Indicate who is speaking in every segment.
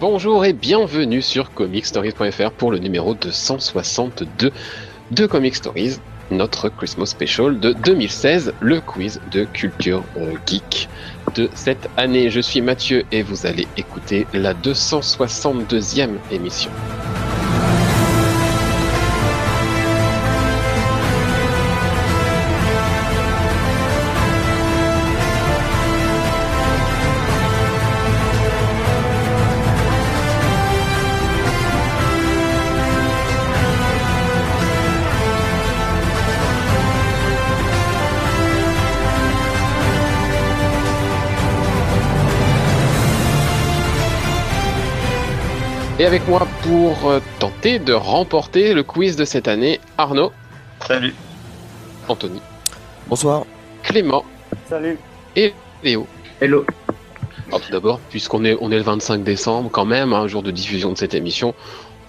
Speaker 1: Bonjour et bienvenue sur comicstories.fr pour le numéro 262 de Comic Stories, notre Christmas Special de 2016, le quiz de culture euh, geek de cette année. Je suis Mathieu et vous allez écouter la 262e émission. Et avec moi pour euh, tenter de remporter le quiz de cette année, Arnaud,
Speaker 2: Salut.
Speaker 1: Anthony,
Speaker 3: Bonsoir.
Speaker 1: Clément
Speaker 4: Salut.
Speaker 1: et Léo.
Speaker 5: Hello.
Speaker 1: Alors, tout d'abord, puisqu'on est, on est le 25 décembre quand même, un jour de diffusion de cette émission,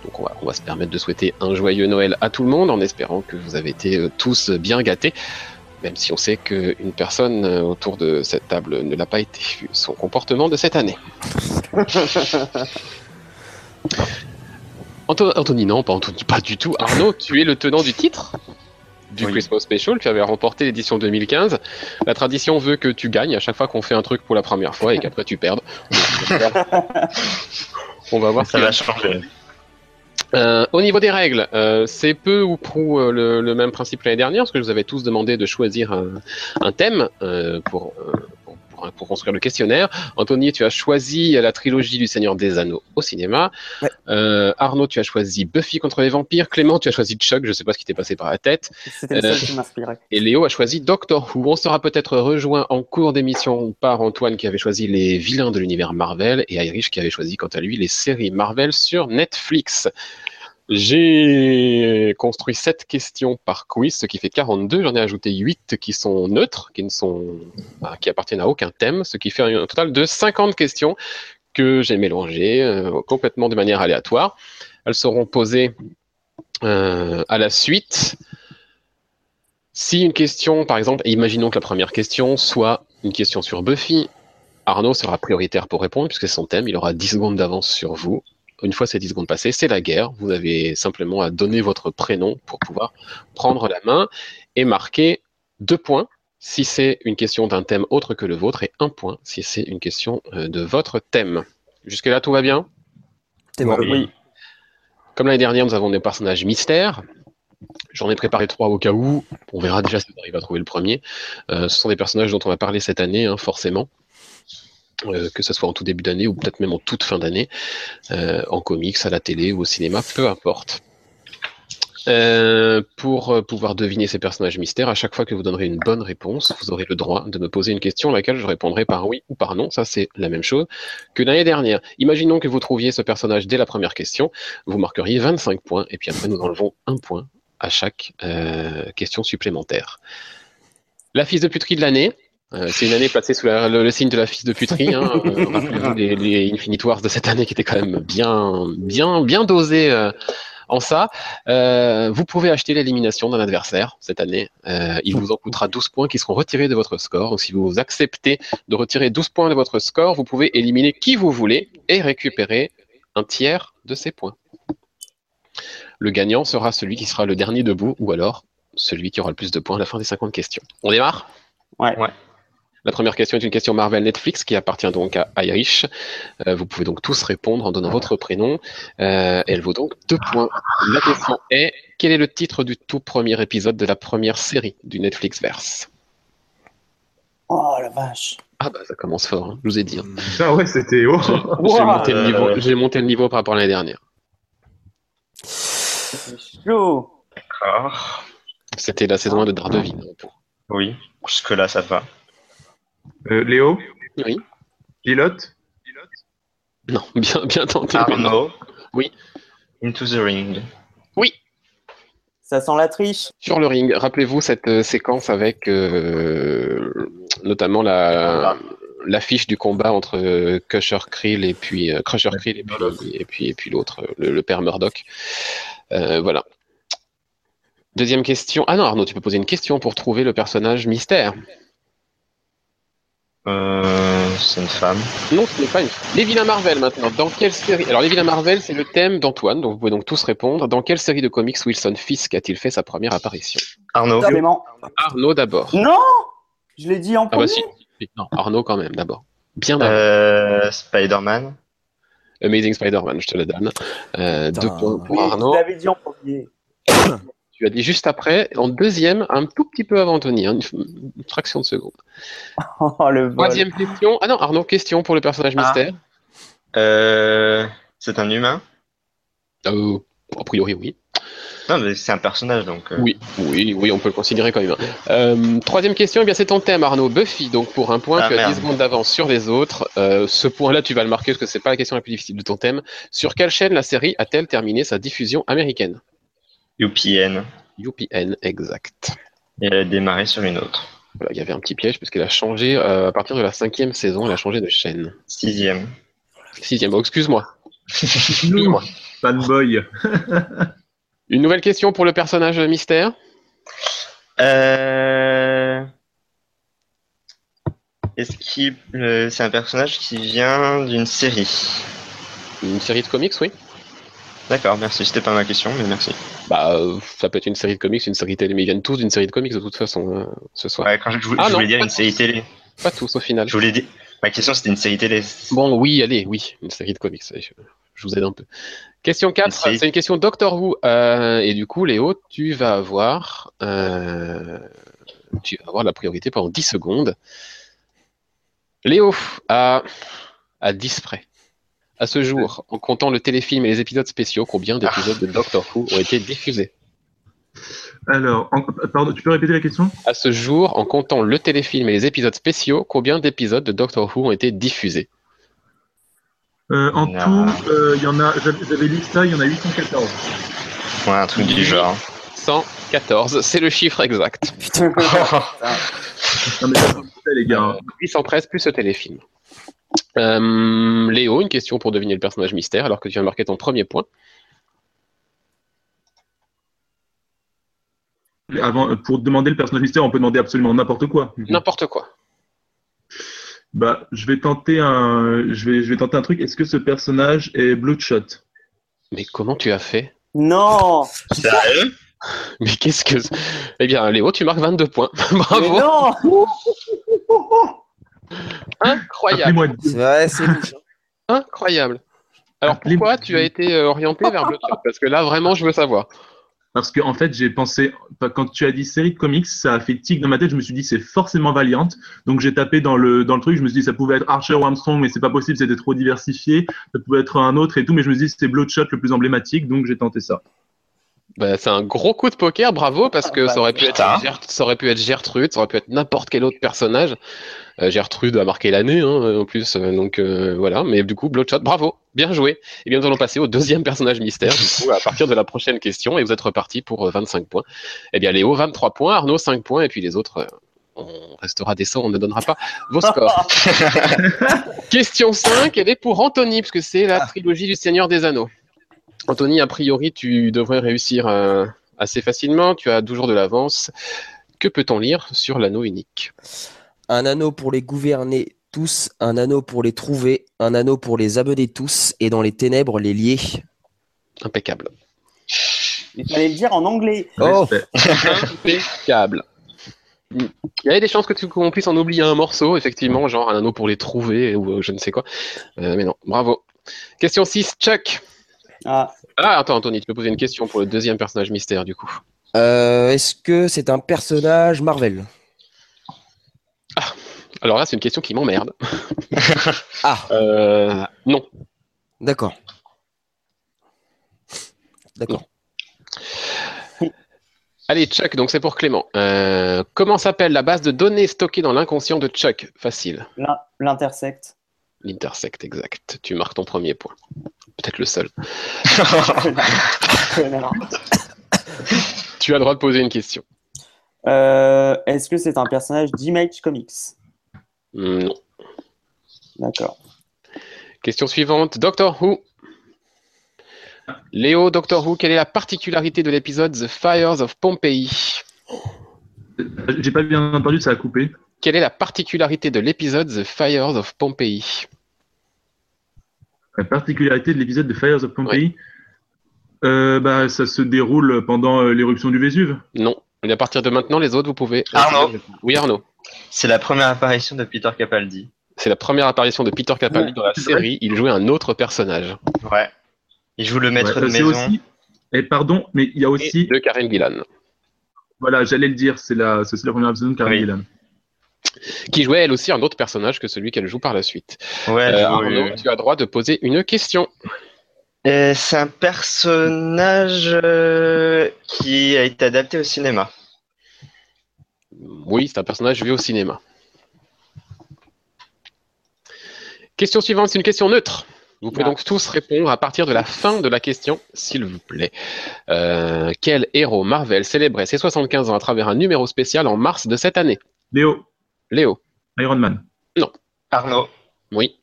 Speaker 1: donc on va, on va se permettre de souhaiter un joyeux Noël à tout le monde en espérant que vous avez été euh, tous bien gâtés, même si on sait qu'une personne euh, autour de cette table ne l'a pas été vu son comportement de cette année. Anto- Anthony, non, pas Anthony, pas du tout. Arnaud, tu es le tenant du titre du
Speaker 2: Oui.
Speaker 1: Christmas Special, tu avais remporté l'édition 2015. La tradition veut que tu gagnes à chaque fois qu'on fait un truc pour la première fois et qu'après tu perdes. On va voir
Speaker 2: Ça
Speaker 1: si-
Speaker 2: va changer.
Speaker 1: euh, au niveau des règles, euh, c'est peu ou prou euh, le, le même principe que l'année dernière, parce que je vous avais tous demandé de choisir un, un thème euh, pour, euh, pour, pour- pour construire le questionnaire. Anthony, tu as choisi la trilogie du Seigneur des Anneaux au cinéma.
Speaker 3: Ouais.
Speaker 1: Euh, Arnaud, tu as choisi Buffy contre les vampires. Clément, tu as choisi Chuck, je sais pas ce qui t'est passé par la tête.
Speaker 4: C'était le
Speaker 1: Euh,
Speaker 4: seul qui m'inspirait.
Speaker 1: Et Léo a choisi Doctor Who. On sera peut-être rejoint en cours d'émission par Antoine qui avait choisi les vilains de l'univers Marvel et Irish qui avait choisi quant à lui les séries Marvel sur Netflix. J'ai construit 7 questions par quiz, ce qui fait 42. J'en ai ajouté 8 qui sont neutres, qui ne sont, ah, qui appartiennent à aucun thème, ce qui fait un total de 50 questions que j'ai mélangées euh, complètement de manière aléatoire. Elles seront posées euh, à la suite. Si une question, par exemple, et imaginons que la première question soit une question sur Buffy, Arnaud sera prioritaire pour répondre puisque c'est son thème, il aura 10 secondes d'avance sur vous. Une fois ces 10 secondes passées, c'est la guerre. Vous avez simplement à donner votre prénom pour pouvoir prendre la main et marquer deux points si c'est une question d'un thème autre que le vôtre et un point si c'est une question euh, de votre thème. Jusque-là, tout va bien
Speaker 3: T'es bon.
Speaker 2: Oui.
Speaker 1: comme l'année dernière, nous avons des personnages mystères. J'en ai préparé trois au cas où. On verra déjà si on arrive à trouver le premier. Euh, ce sont des personnages dont on va parler cette année, hein, forcément. Euh, que ce soit en tout début d'année ou peut-être même en toute fin d'année, euh, en comics, à la télé ou au cinéma, peu importe. Euh, pour euh, pouvoir deviner ces personnages mystères, à chaque fois que vous donnerez une bonne réponse, vous aurez le droit de me poser une question à laquelle je répondrai par oui ou par non. Ça, c'est la même chose que l'année dernière. Imaginons que vous trouviez ce personnage dès la première question vous marqueriez 25 points, et puis après nous enlevons un point à chaque euh, question supplémentaire. La fille de puterie de l'année, euh, c'est une année placée sous la- le, le signe de la fille de puterie. Hein, Euh, rappelez-vous les, les Infinite Wars de cette année qui étaient quand même bien, bien, bien dosés euh, en ça. Euh, vous pouvez acheter l'élimination d'un adversaire cette année. Euh, il vous en coûtera 12 points qui seront retirés de votre score. Donc, si vous acceptez de retirer 12 points de votre score, vous pouvez éliminer qui vous voulez et récupérer un tiers de ces points. Le gagnant sera celui qui sera le dernier debout ou alors celui qui aura le plus de points à la fin des 50 questions. On démarre
Speaker 4: Ouais.
Speaker 2: Ouais.
Speaker 1: La première question est une question Marvel Netflix qui appartient donc à Irish. Euh, vous pouvez donc tous répondre en donnant votre prénom. Euh, elle vaut donc deux points. La question est quel est le titre du tout premier épisode de la première série du Netflix Verse
Speaker 4: Oh la vache.
Speaker 1: Ah bah ça commence fort, hein, je vous ai dit. hein.
Speaker 5: Ah ouais, c'était haut.
Speaker 1: J'ai
Speaker 4: Ouah,
Speaker 1: monté, le
Speaker 2: euh,
Speaker 1: niveau- j'ai monté le niveau par rapport à l'année dernière.
Speaker 4: c'est chaud.
Speaker 2: D'accord.
Speaker 1: C'était la saison 1 de Daredevil.
Speaker 2: Ah, Oui. Jusque-là, ça va.
Speaker 5: Euh, Léo
Speaker 1: Oui.
Speaker 5: Pilote
Speaker 1: Non, bien, bien tenté.
Speaker 5: Ah,
Speaker 1: mais non.
Speaker 2: Arnaud
Speaker 1: Ah, Oui.
Speaker 2: Into the Ring.
Speaker 4: Ça sent la triche.
Speaker 1: Sur le ring, rappelez-vous cette euh, séquence avec euh, notamment la l'affiche du combat entre euh, Crusher Krill et puis euh, Crusher Krill et puis et puis, et puis l'autre, euh, le, le père Murdoch. Euh, voilà. Deuxième question. Ah non, Arnaud, tu peux poser une question pour trouver le personnage mystère.
Speaker 2: Euh, c'est une femme.
Speaker 1: Non, ce n'est pas une. Les vilains Marvel maintenant. Dans quelle série Alors, les vilains Marvel, c'est le thème d'Antoine, donc vous pouvez donc tous répondre. Dans quelle série de comics Wilson Fisk a-t-il fait sa première apparition
Speaker 3: Oh,
Speaker 2: Arnaud.
Speaker 4: Putain, mais man-
Speaker 1: Arnaud d'abord.
Speaker 4: Non Je l'ai dit en
Speaker 1: Ah bah
Speaker 4: premier.
Speaker 1: si. Non, Arnaud quand même d'abord. Bien d'abord.
Speaker 2: Euh, Spider-Man.
Speaker 1: Amazing Spider-Man, je te le donne. Euh,
Speaker 3: Putain.
Speaker 1: deux points
Speaker 4: Oui,
Speaker 1: pour
Speaker 4: je
Speaker 1: Arnaud.
Speaker 4: l'avais dit en premier.
Speaker 1: Tu as dit juste après. En deuxième, un tout petit peu avant Tony, hein, une, f- une fraction de seconde.
Speaker 4: Oh, le vol.
Speaker 1: Troisième question. Ah non, Arnaud, question pour le personnage
Speaker 2: Ah.
Speaker 1: mystère.
Speaker 2: Euh, c'est un humain.
Speaker 1: Euh, a priori, oui.
Speaker 2: Non, mais c'est un personnage donc. euh,
Speaker 1: Oui, oui, oui, on peut le considérer quand même. Euh, troisième question, eh bien c'est ton thème, Arnaud. Buffy, donc pour un point,
Speaker 2: Ah,
Speaker 1: tu as
Speaker 2: merde.
Speaker 1: 10 secondes d'avance sur les autres. Euh, ce point-là, tu vas le marquer parce que c'est pas la question la plus difficile de ton thème. Sur quelle chaîne la série a-t-elle terminé sa diffusion américaine
Speaker 2: UPN.
Speaker 1: UPN, exact.
Speaker 2: Et elle a démarré sur une autre.
Speaker 1: Voilà, il y avait un petit piège parce qu'elle a changé euh, à partir de la cinquième saison, elle a changé de chaîne.
Speaker 2: Sixième.
Speaker 1: Sixième, oh, excuse-moi.
Speaker 5: Nous,
Speaker 1: Excuse-moi.
Speaker 5: fanboy.
Speaker 1: Une nouvelle question pour le personnage mystère.
Speaker 2: Euh... Est-ce qu'il euh, c'est un personnage qui vient d'une série
Speaker 1: Une série de comics, oui.
Speaker 2: D'accord, merci. C'était pas ma question, mais merci.
Speaker 1: Bah, euh, ça peut être une série de comics, une série télé, mais ils viennent tous d'une série de comics de toute façon euh, ce soir.
Speaker 2: Ouais, quand je, je voulais
Speaker 1: Ah, non.
Speaker 2: dire une série télé.
Speaker 1: Pas tous au final.
Speaker 2: Je voulais dire. Ma question c'était une série télé.
Speaker 1: Bon, oui, allez, oui, une série de comics. allez, Je, je vous aide un peu. Question 4,
Speaker 2: Merci.
Speaker 1: c'est une question Doctor Who. Euh, et du coup, Léo, tu vas avoir, euh, tu vas avoir la priorité pendant 10 secondes. Léo, à, à 10 près. À ce jour, en comptant le téléfilm et les épisodes spéciaux, combien d'épisodes de Doctor Who ont été diffusés
Speaker 5: Alors, en- pardon, tu peux répéter la question
Speaker 1: À ce jour, en comptant le téléfilm et les épisodes spéciaux, combien d'épisodes de Doctor Who ont été diffusés
Speaker 5: Euh, En
Speaker 2: Non.
Speaker 5: tout, euh, il y en a. J'avais j'avais lu ça, il y en a 814.
Speaker 2: Ouais, un truc du genre.
Speaker 1: 114, c'est le chiffre exact.
Speaker 4: Putain.
Speaker 5: Non mais ça, c'est ça, les gars.
Speaker 1: 813 plus le téléfilm. Euh, Léo, une question pour deviner le personnage mystère, alors que tu viens de marquer ton premier point.
Speaker 5: Avant, euh, pour demander le personnage mystère, on peut demander absolument n'importe quoi.
Speaker 6: Mhm.
Speaker 1: N'importe quoi.
Speaker 5: Bah, je vais tenter un, je vais, je vais tenter un truc. Est-ce que ce personnage est Bloodshot
Speaker 1: Mais comment tu as fait
Speaker 4: Non
Speaker 2: Sérieux
Speaker 1: Mais qu'est-ce que. Eh bien, Léo, tu marques 22 points. Bravo
Speaker 4: Mais non
Speaker 1: Incroyable
Speaker 5: Appelez-moi
Speaker 3: C'est vrai, c'est
Speaker 1: Incroyable Alors pourquoi tu as été euh, orienté vers le chat Parce que là, vraiment, je veux savoir.
Speaker 5: Parce que en fait, j'ai pensé enfin, quand tu as dit série de comics, ça a fait tic dans ma tête. Je me suis dit c'est forcément Valiant. Donc j'ai tapé dans le dans le truc. Je me suis dit ça pouvait être Archer ou Armstrong, mais c'est pas possible. C'était trop diversifié. Ça pouvait être un autre et tout. Mais je me suis dit c'est Bloodshot le plus emblématique. Donc j'ai tenté ça.
Speaker 1: Bah, c'est un gros coup de poker, bravo, parce que
Speaker 4: Bah,
Speaker 1: ça aurait pu être,
Speaker 2: Putain.
Speaker 1: Gert- ça aurait pu être Gertrude, ça aurait pu être n'importe quel autre personnage. Euh, Gertrude a marqué l'année, hein, en plus, euh, donc euh, voilà. Mais du coup, Bloodshot, bravo, bien joué. Et bien, nous allons passer au deuxième personnage mystère, du coup, à partir de la prochaine question, et vous êtes reparti pour euh, 25 points. Eh bien, Léo, 23 points, Arnaud, 5 points, et puis les autres, euh, on restera décent, on ne donnera pas vos scores. Question 5, elle est pour Anthony, puisque c'est la trilogie du Seigneur des Anneaux. Anthony, a priori, tu devrais réussir euh, assez facilement, tu as 12 jours de l'avance. Que peut-on lire sur l'anneau unique
Speaker 3: Un anneau pour les gouverner tous, un anneau pour les trouver, un anneau pour les amener tous, et dans les ténèbres les lier.
Speaker 1: Impeccable.
Speaker 4: Il fallait le dire en anglais.
Speaker 3: Oh
Speaker 5: Respect.
Speaker 1: Impeccable. Mm. Il y avait des chances que tu qu'on puisse en oublier un morceau, effectivement, genre un anneau pour les trouver ou euh, je ne sais quoi. Euh, mais non, bravo. Question 6, Chuck.
Speaker 4: Ah,
Speaker 1: Ah, attends, Anthony, tu peux poser une question pour le deuxième personnage mystère, du coup.
Speaker 3: Euh, Est-ce que c'est un personnage Marvel
Speaker 1: Alors là, c'est une question qui m'emmerde.
Speaker 3: Ah,
Speaker 1: Euh, non.
Speaker 3: d'accord. D'accord.
Speaker 1: Allez, Chuck, donc c'est pour Clément. Euh, comment s'appelle la base de données stockée dans l'inconscient de Chuck Facile.
Speaker 4: l'in- l'intersect.
Speaker 1: L'intersect, exact. Tu marques ton premier point. Peut-être le seul.
Speaker 4: Connard.
Speaker 1: Tu as le droit de poser une question.
Speaker 4: Euh, Est-ce que c'est un personnage d'Image Comics
Speaker 1: Mm, Non.
Speaker 4: D'accord.
Speaker 1: Question suivante. Doctor Who. Léo, Doctor Who, quelle est la particularité de l'épisode The Fires of Pompeii
Speaker 5: Euh, J'ai pas bien entendu. Ça a coupé.
Speaker 1: Quelle est la particularité de l'épisode The Fires of Pompeii
Speaker 5: La particularité de l'épisode de Fires of Pompeii, euh, bah, ça se déroule pendant euh, l'éruption du Vésuve.
Speaker 1: Non. Et à partir de maintenant, les autres, vous pouvez.
Speaker 2: Arnaud.
Speaker 1: Oui, Arnaud.
Speaker 2: C'est la première apparition de Peter Capaldi.
Speaker 1: C'est la première apparition de Peter Capaldi dans la série. Il jouait un autre personnage.
Speaker 2: Ouais. Il joue le maître
Speaker 5: Ouais,
Speaker 2: de
Speaker 5: c'est
Speaker 2: maison.
Speaker 5: aussi. Et pardon, mais il y a
Speaker 1: Et
Speaker 5: aussi.
Speaker 1: de Karen Gillan,
Speaker 5: Voilà, j'allais le dire, c'est la, c'est aussi la première épisode de Karen
Speaker 2: Oui.
Speaker 5: Gillan.
Speaker 1: qui jouait elle aussi un autre personnage que celui qu'elle joue par la suite.
Speaker 2: Ouais,
Speaker 1: Euh,
Speaker 2: je-
Speaker 1: Arnaud, tu as droit de poser une question.
Speaker 2: Euh, c'est un personnage euh, qui a été adapté au cinéma.
Speaker 1: Oui, c'est un personnage vu au cinéma. Question suivante, c'est une question neutre. Vous pouvez
Speaker 4: Ah.
Speaker 1: donc tous répondre à partir de la fin de la question, s'il vous plaît. Euh, quel héros Marvel célébrait ses 75 ans à travers un numéro spécial en mars de cette année
Speaker 5: Léo,
Speaker 1: Léo
Speaker 5: Iron Man.
Speaker 2: Arnaud,
Speaker 1: Oui.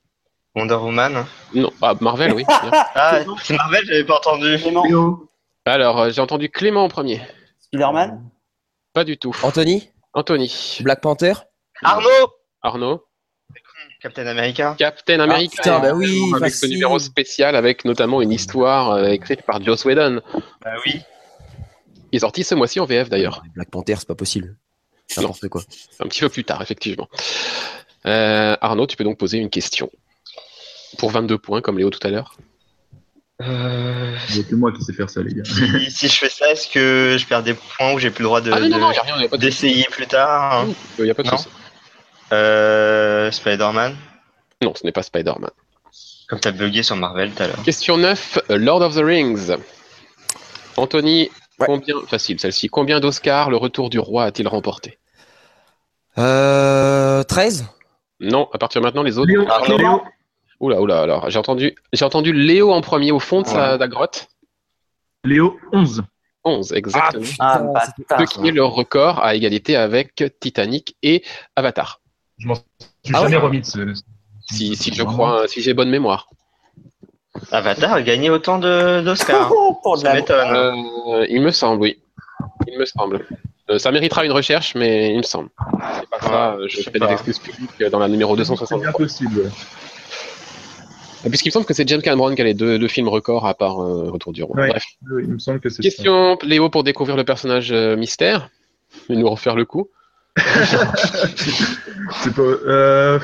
Speaker 2: Wonder Woman.
Speaker 1: Non, ah, Marvel, oui.
Speaker 2: Ah, c'est Marvel, j'avais pas entendu.
Speaker 4: Clément,
Speaker 5: Léo,
Speaker 1: Alors, euh, j'ai entendu Clément en premier.
Speaker 4: Spider-Man
Speaker 1: Pas du tout.
Speaker 3: Anthony,
Speaker 1: Anthony.
Speaker 3: Black Panther.
Speaker 2: Arnaud,
Speaker 1: Arnaud.
Speaker 2: Captain America.
Speaker 1: Captain America.
Speaker 3: putain, bah oui,
Speaker 1: avec ce
Speaker 3: facile.
Speaker 1: numéro spécial, avec notamment une histoire euh, écrite par Joss Whedon,
Speaker 2: Bah oui.
Speaker 1: qui est sorti ce mois-ci en VF d'ailleurs.
Speaker 3: Black Panther, c'est pas possible. N'importe quoi.
Speaker 1: Un petit peu plus tard, effectivement. Euh, Arnaud, tu peux donc poser une question. Pour 22 points, comme Léo tout à l'heure.
Speaker 2: Euh,
Speaker 5: Il y a que moi qui sais faire ça, les gars.
Speaker 2: si, si je fais ça, est-ce que je perds des points ou j'ai plus le droit de,
Speaker 1: Ah non, non,
Speaker 2: de-
Speaker 1: non, il n'y a rien, il n'y a pas de souci.
Speaker 2: d'essayer plus tard hein
Speaker 1: Il y a pas de
Speaker 2: Euh, Non.
Speaker 1: souci.
Speaker 2: euh, Spider-Man.
Speaker 1: Non, ce n'est pas Spider-Man.
Speaker 2: Comme t'as bugué sur Marvel tout à l'heure.
Speaker 1: Question 9, euh, Lord of the Rings. Anthony,
Speaker 3: Ouais.
Speaker 1: combien, facile celle-ci, combien d'Oscars le retour du roi a-t-il remporté
Speaker 3: Euh, 13
Speaker 1: Non, à partir de maintenant, les autres.
Speaker 5: Léo,
Speaker 2: Arnaud.
Speaker 5: Léo,
Speaker 1: Oula, oula, alors, j'ai entendu, j'ai entendu Léo en premier au fond de sa, de la grotte.
Speaker 5: Léo, 11.
Speaker 1: 11, exactement.
Speaker 4: Ah,
Speaker 3: Putain,
Speaker 4: bâtard.
Speaker 1: Ce qui est leur record à égalité avec Titanic et Avatar.
Speaker 5: Je m'en suis
Speaker 3: Ah ouais.
Speaker 5: jamais remis de ce.
Speaker 1: Si, si
Speaker 6: Ah.
Speaker 1: je crois, si j'ai bonne mémoire.
Speaker 2: Avatar a gagné autant de- d'Oscars. hein.
Speaker 1: Oh
Speaker 4: Pour de
Speaker 2: ça
Speaker 4: la-
Speaker 2: m'étonne.
Speaker 1: Euh, il me semble, oui. Il me semble. Euh, ça méritera une recherche, mais il me semble. C'est pas
Speaker 5: Ah,
Speaker 1: ça, euh, je
Speaker 2: je sais
Speaker 1: fais
Speaker 2: pas.
Speaker 1: des excuses publiques euh, dans la numéro
Speaker 5: C'est
Speaker 1: 263.
Speaker 5: bien possible.
Speaker 1: Et Puisqu'il me semble que c'est James Cameron qui a les deux, deux films records à part euh, Retour du Roi.
Speaker 5: Ouais.
Speaker 1: Bref.
Speaker 5: Oui, Il me semble que c'est ça.
Speaker 1: Question, Léo, pour découvrir le personnage euh, mystère et nous refaire le coup.
Speaker 5: C'est pas. Euh...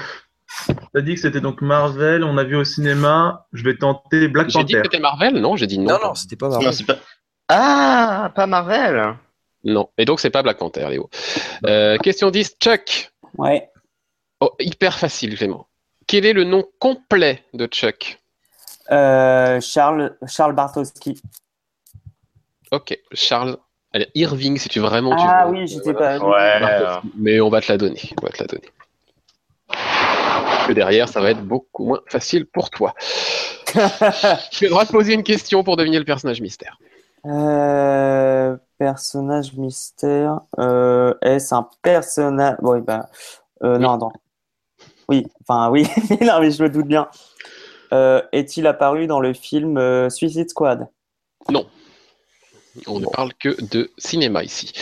Speaker 5: T'as dit que c'était donc Marvel, on a vu au cinéma. Je vais tenter Black
Speaker 1: J'ai dit que
Speaker 5: Panther.
Speaker 1: c'était Marvel Non, j'ai dit non.
Speaker 3: Non, non, c'était pas marrant.
Speaker 2: Non, c'est pas... Ah, pas Marvel.
Speaker 1: Non. Et donc, c'est pas Black Panther, Léo. Euh, question 10, Chuck.
Speaker 4: Ouais.
Speaker 1: Oh, hyper facile, Clément. Quel est le nom complet de Chuck
Speaker 4: Euh, Charles, Charles Bartowski.
Speaker 1: Ok, Charles. Allez, Irving, si tu vraiment. Oh, tu
Speaker 4: Ah
Speaker 1: veux.
Speaker 4: oui, j'étais
Speaker 1: Voilà.
Speaker 4: pas.
Speaker 2: Ouais.
Speaker 1: Mais on va te la donner. On va te la donner. Parce Que derrière, ça va être beaucoup moins facile pour toi. tu as le droit de poser une question pour deviner le personnage mystère.
Speaker 4: Euh, personnage mystère. Euh, est-ce un personnage. Bon, eh ben, euh, Non, non. Oui, enfin, oui. non, mais je me doute bien. Euh, est-il apparu dans le film euh, Suicide Squad
Speaker 1: On ne parle que de cinéma ici.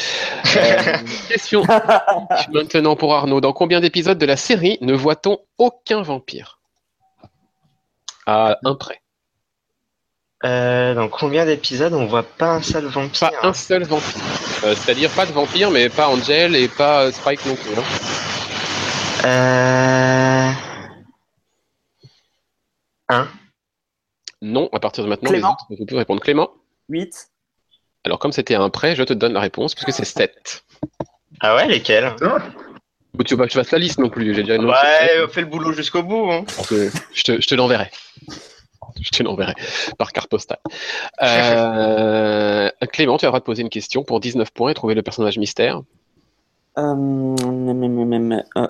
Speaker 1: Euh, question maintenant pour Arnaud. Dans combien d'épisodes de la série ne voit-on aucun vampire À un près.
Speaker 2: Euh, dans combien d'épisodes on voit pas un seul
Speaker 1: Pas
Speaker 2: vampire hein.
Speaker 1: un seul vampire. Euh, C'est-à-dire pas de vampire, mais pas Angel et pas euh, Spike non plus. hein.
Speaker 2: Euh... Un.
Speaker 1: Non, à partir de maintenant,
Speaker 4: Clément.
Speaker 1: les autres ne peuvent répondre. Clément,
Speaker 4: 8
Speaker 1: alors comme c'était un prêt, je te donne la réponse, puisque c'est 7.
Speaker 2: Ah ouais, lesquels
Speaker 1: Ou tu veux pas que je fasse la liste non plus, j'ai déjà une
Speaker 2: Ouais, on fait le boulot jusqu'au bout. Hein.
Speaker 1: Je te, je te l'enverrai. Je te l'enverrai par carte postale. Euh, Clément, tu as le droit de poser une question pour 19 points et trouver le personnage mystère.
Speaker 4: Euh, mm, mm, mm, mm, euh,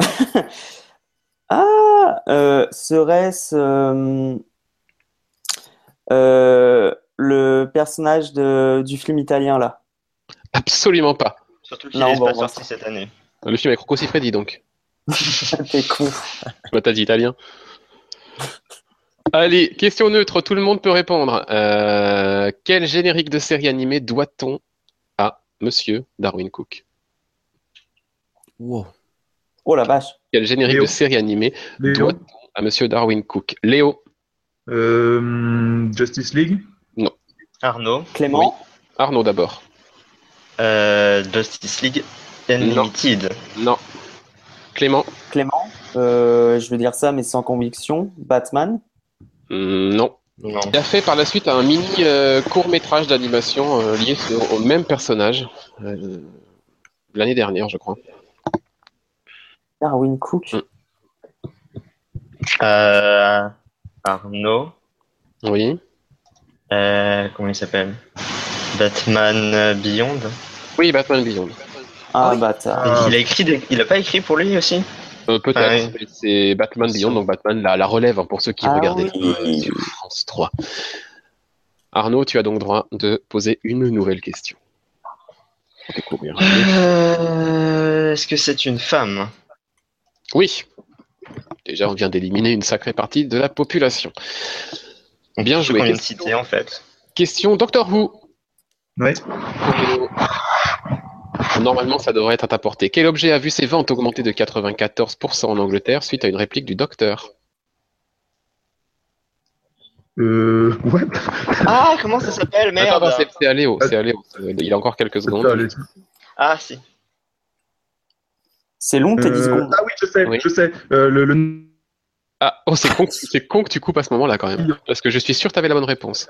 Speaker 4: Ah, euh, serait-ce euh, euh, le personnage de, du film italien là?
Speaker 1: Absolument pas.
Speaker 2: Surtout qu'il
Speaker 4: Non,
Speaker 2: n'est
Speaker 4: bon,
Speaker 2: pas
Speaker 4: bon,
Speaker 2: sorti cette année.
Speaker 1: Le film avec Rocco Siffredi, donc.
Speaker 4: T'es con.
Speaker 1: Bah, t'as dit italien. Allez, question neutre, tout le monde peut répondre. Euh, quel générique de série animée doit-on à Monsieur Darwin Cook
Speaker 3: Wow.
Speaker 4: Oh la vache.
Speaker 1: Quel générique
Speaker 5: Léo.
Speaker 1: de série animée
Speaker 5: Léo,
Speaker 1: doit à Monsieur Darwin Cook Léo.
Speaker 5: euh, Justice League,
Speaker 2: Arnaud,
Speaker 4: Clément.
Speaker 1: Arnaud d'abord.
Speaker 2: euh, Justice League Unlimited.
Speaker 1: Non. Clément.
Speaker 4: Clément. Euh, je vais dire ça, mais sans conviction. Batman.
Speaker 1: Mm, Non.
Speaker 2: Non.
Speaker 1: Il a fait par la suite un mini euh, court métrage d'animation euh, lié sur- au même personnage euh, l'année dernière, je crois.
Speaker 4: Darwin Cook.
Speaker 1: Mm.
Speaker 2: Euh, Arnaud,
Speaker 1: Oui.
Speaker 2: euh, comment il s'appelle Batman euh, Beyond.
Speaker 1: Oui, Batman Beyond.
Speaker 4: Ah,
Speaker 3: oui.
Speaker 4: bâtard.
Speaker 5: Ah.
Speaker 2: Il a écrit, des- il a pas écrit pour lui aussi
Speaker 1: Euh, Peut-être.
Speaker 2: Ah
Speaker 1: mais C'est Batman Beyond, donc Batman la, la relève hein, pour ceux qui
Speaker 4: Ah
Speaker 1: regardaient
Speaker 4: oui.
Speaker 1: euh, sur France 3. Arnaud, tu as donc droit de poser une nouvelle question. Pour découvrir.
Speaker 2: Euh, Est-ce que c'est une femme
Speaker 1: Oui. Déjà, on vient d'éliminer une sacrée partie de la population. Bien joué.
Speaker 2: Qu'on vient de
Speaker 1: Question-
Speaker 2: citer en fait.
Speaker 1: Question Doctor Who.
Speaker 5: Ouais.
Speaker 1: Euh, Normalement, ça devrait être à ta portée. Quel objet a vu ses ventes augmenter de 94% en Angleterre suite à une réplique du docteur
Speaker 5: euh, what
Speaker 2: Ah, comment ça s'appelle Merde.
Speaker 1: Attends, attends, c'est- c'est à Léo. C'est à Léo. Il a encore quelques secondes.
Speaker 5: Attends, les-
Speaker 2: Ah si.
Speaker 4: C'est long, tes 10
Speaker 5: Euh,
Speaker 4: secondes.
Speaker 5: Ah oui, je sais,
Speaker 1: Oui.
Speaker 5: je sais. Euh, le, le-
Speaker 1: Ah, oh, c'est con, que- c'est con que tu coupes à ce moment-là quand même. Parce que je suis sûr que tu avais la bonne réponse.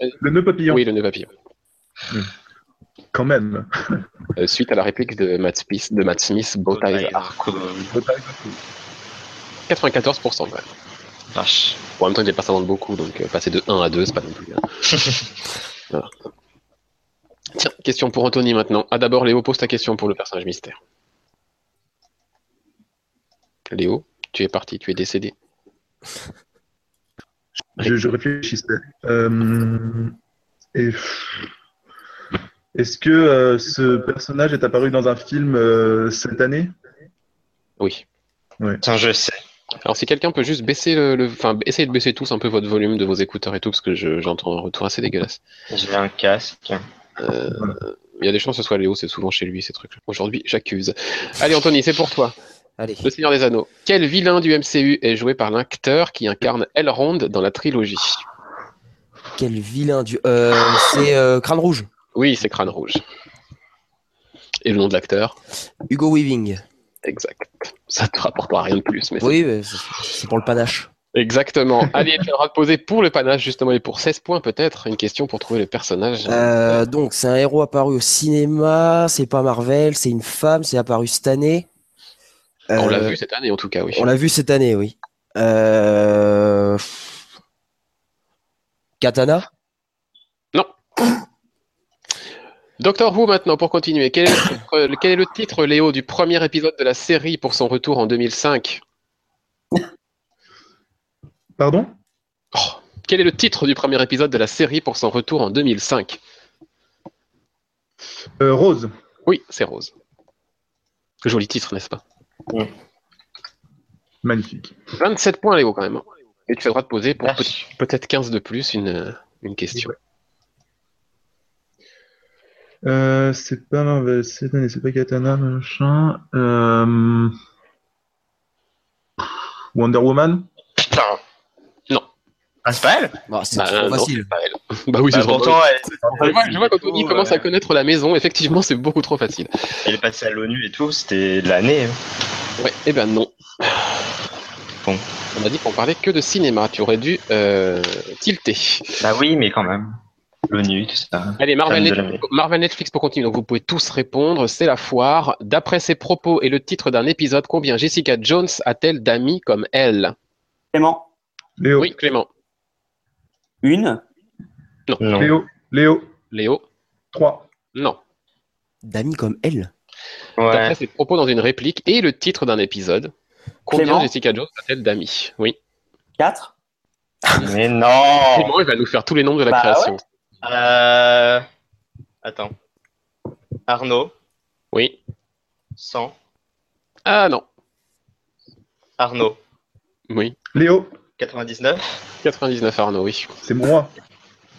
Speaker 5: le nœud papillon,
Speaker 1: Oui, le nœud papillon.
Speaker 5: quand même.
Speaker 1: Euh, suite à la réplique de Matt Smith, de Matt Smith Bow
Speaker 2: Oh
Speaker 1: Ties Are Cool.
Speaker 5: Le
Speaker 1: 94% quand même.
Speaker 2: Vache.
Speaker 1: Bon, en même temps, il est passé dans le beaucoup, donc euh, passer de 1 à 2, c'est pas non plus. hein. Voilà. Tiens, question pour Anthony maintenant. Ah, d'abord, Léo, pose ta question pour le personnage mystère. Léo, tu es parti, tu es décédé.
Speaker 5: Je, je réfléchissais. Euh, et- Est-ce que euh, ce personnage est apparu dans un film euh, cette année
Speaker 1: Oui.
Speaker 2: Putain, je sais.
Speaker 1: Alors, si quelqu'un peut juste baisser le. le- Enfin, essayez de baisser tous un peu votre volume de vos écouteurs et tout, parce que je- j'entends un retour assez dégueulasse.
Speaker 2: J'ai un casque.
Speaker 1: Euh, Il y a des chances que ce soit Léo, c'est souvent chez lui ces trucs. Aujourd'hui, j'accuse. Allez, Anthony, c'est pour toi.
Speaker 3: Allez.
Speaker 1: Le Seigneur des Anneaux. Quel vilain du MCU est joué par l'acteur qui incarne Elrond dans la trilogie
Speaker 3: Quel vilain du. Euh, c'est euh, Crâne Rouge.
Speaker 1: Oui, c'est Crâne Rouge. Et le nom de l'acteur
Speaker 3: Hugo Weaving.
Speaker 1: Exact. Ça te rapportera rien de plus. Mais c'est-
Speaker 3: Oui, mais c'est- c'est pour le panache.
Speaker 1: Exactement. Allez, tu auras posé pour le panache, justement, et pour 16 points, peut-être, une question pour trouver le personnage.
Speaker 3: Euh, donc, c'est un héros apparu au cinéma, c'est pas Marvel, c'est une femme, c'est apparu cette année.
Speaker 1: on l'a
Speaker 3: Euh,
Speaker 1: vu cette année, en tout cas, oui.
Speaker 3: On l'a vu cette année, oui. Euh, Katana
Speaker 1: Doctor Who, maintenant, pour continuer. Quel est, le titre, quel est le titre, Léo, du premier épisode de la série pour son retour en 2005
Speaker 5: Pardon
Speaker 1: Oh, Quel est le titre du premier épisode de la série pour son retour en 2005
Speaker 5: Euh, Rose.
Speaker 1: Oui, c'est Rose. Joli titre, n'est-ce pas
Speaker 5: Magnifique.
Speaker 1: 27 points, Léo, quand même. Et tu as le droit de poser pour peut-
Speaker 2: Vache.
Speaker 1: peut-être 15 de plus une, une question.
Speaker 5: Euh, c'est pas Marvel cette année, c'est pas Katana, machin. Euh, Wonder Woman
Speaker 2: Putain.
Speaker 1: Non.
Speaker 2: Ah, c'est pas elle
Speaker 3: Bah, C'est
Speaker 1: Bah,
Speaker 3: trop
Speaker 1: non,
Speaker 3: facile.
Speaker 1: Bah, elle. Bah oui,
Speaker 2: Bah,
Speaker 1: c'est trop
Speaker 2: Pourtant, elle,
Speaker 1: Je vois, je vois quand
Speaker 2: tout,
Speaker 1: Tony commence à
Speaker 2: euh,
Speaker 1: connaître la maison, effectivement, c'est beaucoup trop facile.
Speaker 2: elle est passée à l'ONU et tout. C'était de l'année. hein.
Speaker 1: Ouais, eh ben non.
Speaker 2: Bon.
Speaker 1: On a dit qu'on parlait que de cinéma, tu aurais dû euh, tilter.
Speaker 2: Bah oui, mais quand même. L'ONU, tout ça.
Speaker 1: Allez, Marvel,
Speaker 2: Femme de
Speaker 1: Netflix-
Speaker 2: l'année.
Speaker 1: Marvel Netflix pour continuer. Donc vous pouvez tous répondre. C'est la foire. D'après ses propos et le titre d'un épisode, combien Jessica Jones a-t-elle d'amis comme elle
Speaker 4: Clément.
Speaker 5: Léo.
Speaker 1: Oui, Clément.
Speaker 4: Une.
Speaker 2: Non.
Speaker 5: Léo. Léo.
Speaker 1: Léo
Speaker 5: 3.
Speaker 1: Non.
Speaker 3: D'amis comme elle.
Speaker 1: D'après
Speaker 2: Ouais.
Speaker 1: ses propos dans une réplique et le titre d'un épisode, combien
Speaker 4: Clément
Speaker 1: Jessica Jones a-t-elle d'amis Oui.
Speaker 4: Quatre.
Speaker 2: Mais non.
Speaker 1: Clément, il va nous faire tous les nombres de la
Speaker 4: Bah
Speaker 1: création.
Speaker 2: Euh... Attends. Arnaud,
Speaker 1: Oui.
Speaker 2: 100.
Speaker 1: Ah non.
Speaker 2: Arnaud,
Speaker 1: Oui.
Speaker 5: Léo.
Speaker 2: 99.
Speaker 1: 99 Arnaud, oui.
Speaker 5: C'est moi.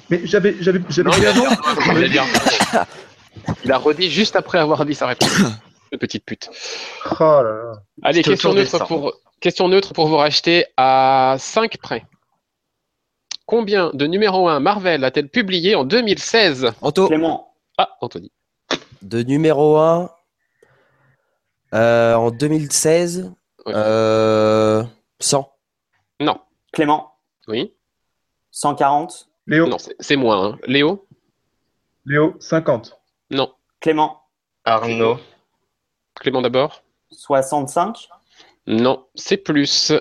Speaker 5: Mais j'avais, j'avais, j'avais.
Speaker 1: Non, il a dit Arnaud. Il a dit Arnaud. Il a redit juste après avoir dit sa réponse. de petite pute.
Speaker 6: Oh
Speaker 5: Ah
Speaker 6: là là.
Speaker 1: Allez,
Speaker 2: C'était
Speaker 1: question
Speaker 2: autour des
Speaker 1: neutre,
Speaker 2: 100.
Speaker 1: pour, question neutre pour vous racheter à 5 près. Combien de numéro 1 Marvel a-t-elle publié en 2016
Speaker 3: Anto,
Speaker 4: Clément.
Speaker 1: Ah, Anthony.
Speaker 3: de numéro 1 en 2016,
Speaker 1: Ouais.
Speaker 3: euh, 100.
Speaker 1: Non.
Speaker 4: Clément.
Speaker 1: Oui.
Speaker 4: 140.
Speaker 6: Léo,
Speaker 1: Non, c'est- c'est moins. hein. Léo
Speaker 6: Léo, 50.
Speaker 1: Non.
Speaker 4: Clément.
Speaker 2: Arnaud,
Speaker 1: Clément d'abord
Speaker 4: 65.
Speaker 1: Non. C'est plus.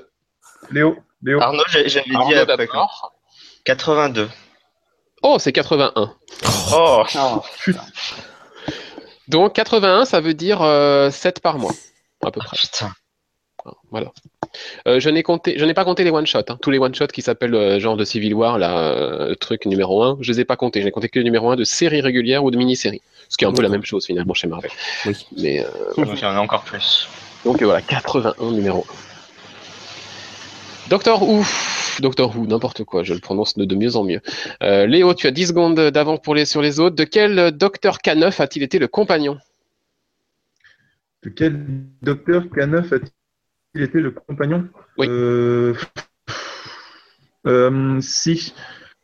Speaker 6: Léo, Léo,
Speaker 2: Arnaud, j'ai- j'avais dit
Speaker 1: Arnaud
Speaker 2: après. quoi.
Speaker 1: d'abord.
Speaker 2: 82.
Speaker 1: Oh, c'est 81.
Speaker 2: Oh,
Speaker 4: Oh,
Speaker 1: Donc 81, ça veut dire euh, 7 par mois, à peu près.
Speaker 2: Oh, putain.
Speaker 1: Voilà. Euh, je n'ai compté, je n'ai pas compté les one shots. Tous les one shots qui s'appellent euh, genre de Civil War, là, euh, le truc numéro 1, je les ai pas comptés. Je n'ai compté que le numéro 1 de série régulière ou de mini-série. Ce qui est un peu la
Speaker 3: D'accord.
Speaker 1: même chose finalement chez Marvel.
Speaker 3: Oui.
Speaker 1: Mais euh,
Speaker 2: Donc, il y en a encore plus.
Speaker 1: donc euh, voilà, 81 numéro 1. Doctor Who, Doctor Who, n'importe quoi, je le prononce de, de mieux en mieux. Euh, Léo, tu as 10 secondes d'avance pour les, sur les autres. De quel euh, Docteur K9 a-t-il été le compagnon
Speaker 6: de quel docteur K9 a-t-il été le compagnon
Speaker 1: Oui.
Speaker 6: Euh, euh, si.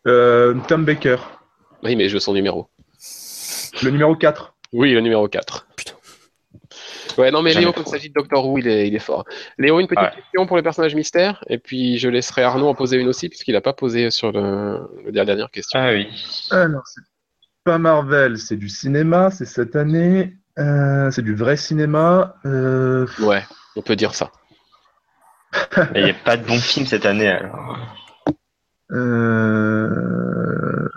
Speaker 6: Euh, Tom Baker,
Speaker 1: Oui, mais je veux son numéro.
Speaker 6: le numéro 4.
Speaker 1: Oui, le numéro 4. Ouais, non, mais
Speaker 2: Jamais
Speaker 1: Léo,
Speaker 2: trop.
Speaker 1: quand il s'agit de Doctor Who, il est, il est fort. Léo, une petite
Speaker 2: Ouais.
Speaker 1: question pour le personnage mystère, et puis je laisserai Arnaud en poser une aussi, puisqu'il n'a pas posé sur le, le- la dernière question.
Speaker 2: Ah oui.
Speaker 6: Alors, c'est pas Marvel, c'est du cinéma, c'est cette année. Euh, c'est du vrai cinéma. Euh,
Speaker 1: Ouais, on peut dire ça.
Speaker 2: Mais il n'y a pas de bon film cette année, alors.
Speaker 6: euh,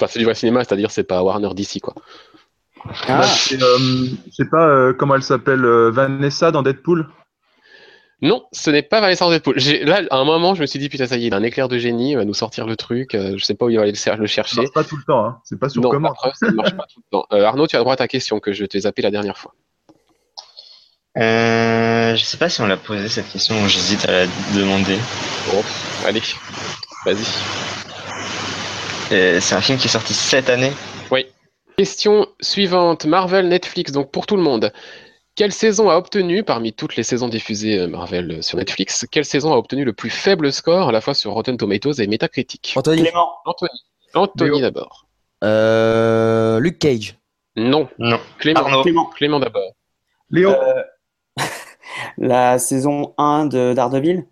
Speaker 1: Enfin, c'est du vrai cinéma, c'est-à-dire c'est pas Warner DC, quoi.
Speaker 4: Ah,
Speaker 6: c'est, euh, je sais pas euh, comment elle s'appelle, euh, Vanessa dans Deadpool.
Speaker 1: Non, ce n'est pas Vanessa Deadpool. J'ai, là, à un moment, je me suis dit, putain, ça y est, il a un éclair de génie, il va nous sortir le truc, euh, je sais pas où il va aller le, cer- le
Speaker 6: Ça
Speaker 1: chercher.
Speaker 2: Bah,
Speaker 6: marche pas tout le temps, hein. c'est pas sur
Speaker 1: Non,
Speaker 6: commande.
Speaker 1: la preuve, ça ne marche pas tout le temps. Euh, Arnaud, tu as droit à ta question que je t'ai zappé la dernière fois.
Speaker 2: Euh, je sais pas si on l'a posé cette question, j'hésite à la demander.
Speaker 1: Bon, allez, vas-y.
Speaker 2: Euh, c'est un film qui est sorti cette année.
Speaker 1: Question suivante, Marvel Netflix, donc pour tout le monde. Quelle saison a obtenu, parmi toutes les saisons diffusées euh, Marvel euh, sur Netflix, quelle saison a obtenu le plus faible score à la fois sur Rotten Tomatoes et Metacritic
Speaker 3: Anthony,
Speaker 4: Clément.
Speaker 1: Anthony. Anthony
Speaker 6: Léo.
Speaker 1: d'abord.
Speaker 3: euh, Luke Cage,
Speaker 1: Non.
Speaker 2: Non.
Speaker 1: Clément.
Speaker 2: Arnaud.
Speaker 4: Clément.
Speaker 1: Clément d'abord.
Speaker 6: Léo,
Speaker 4: Euh, la saison 1 de Daredevil.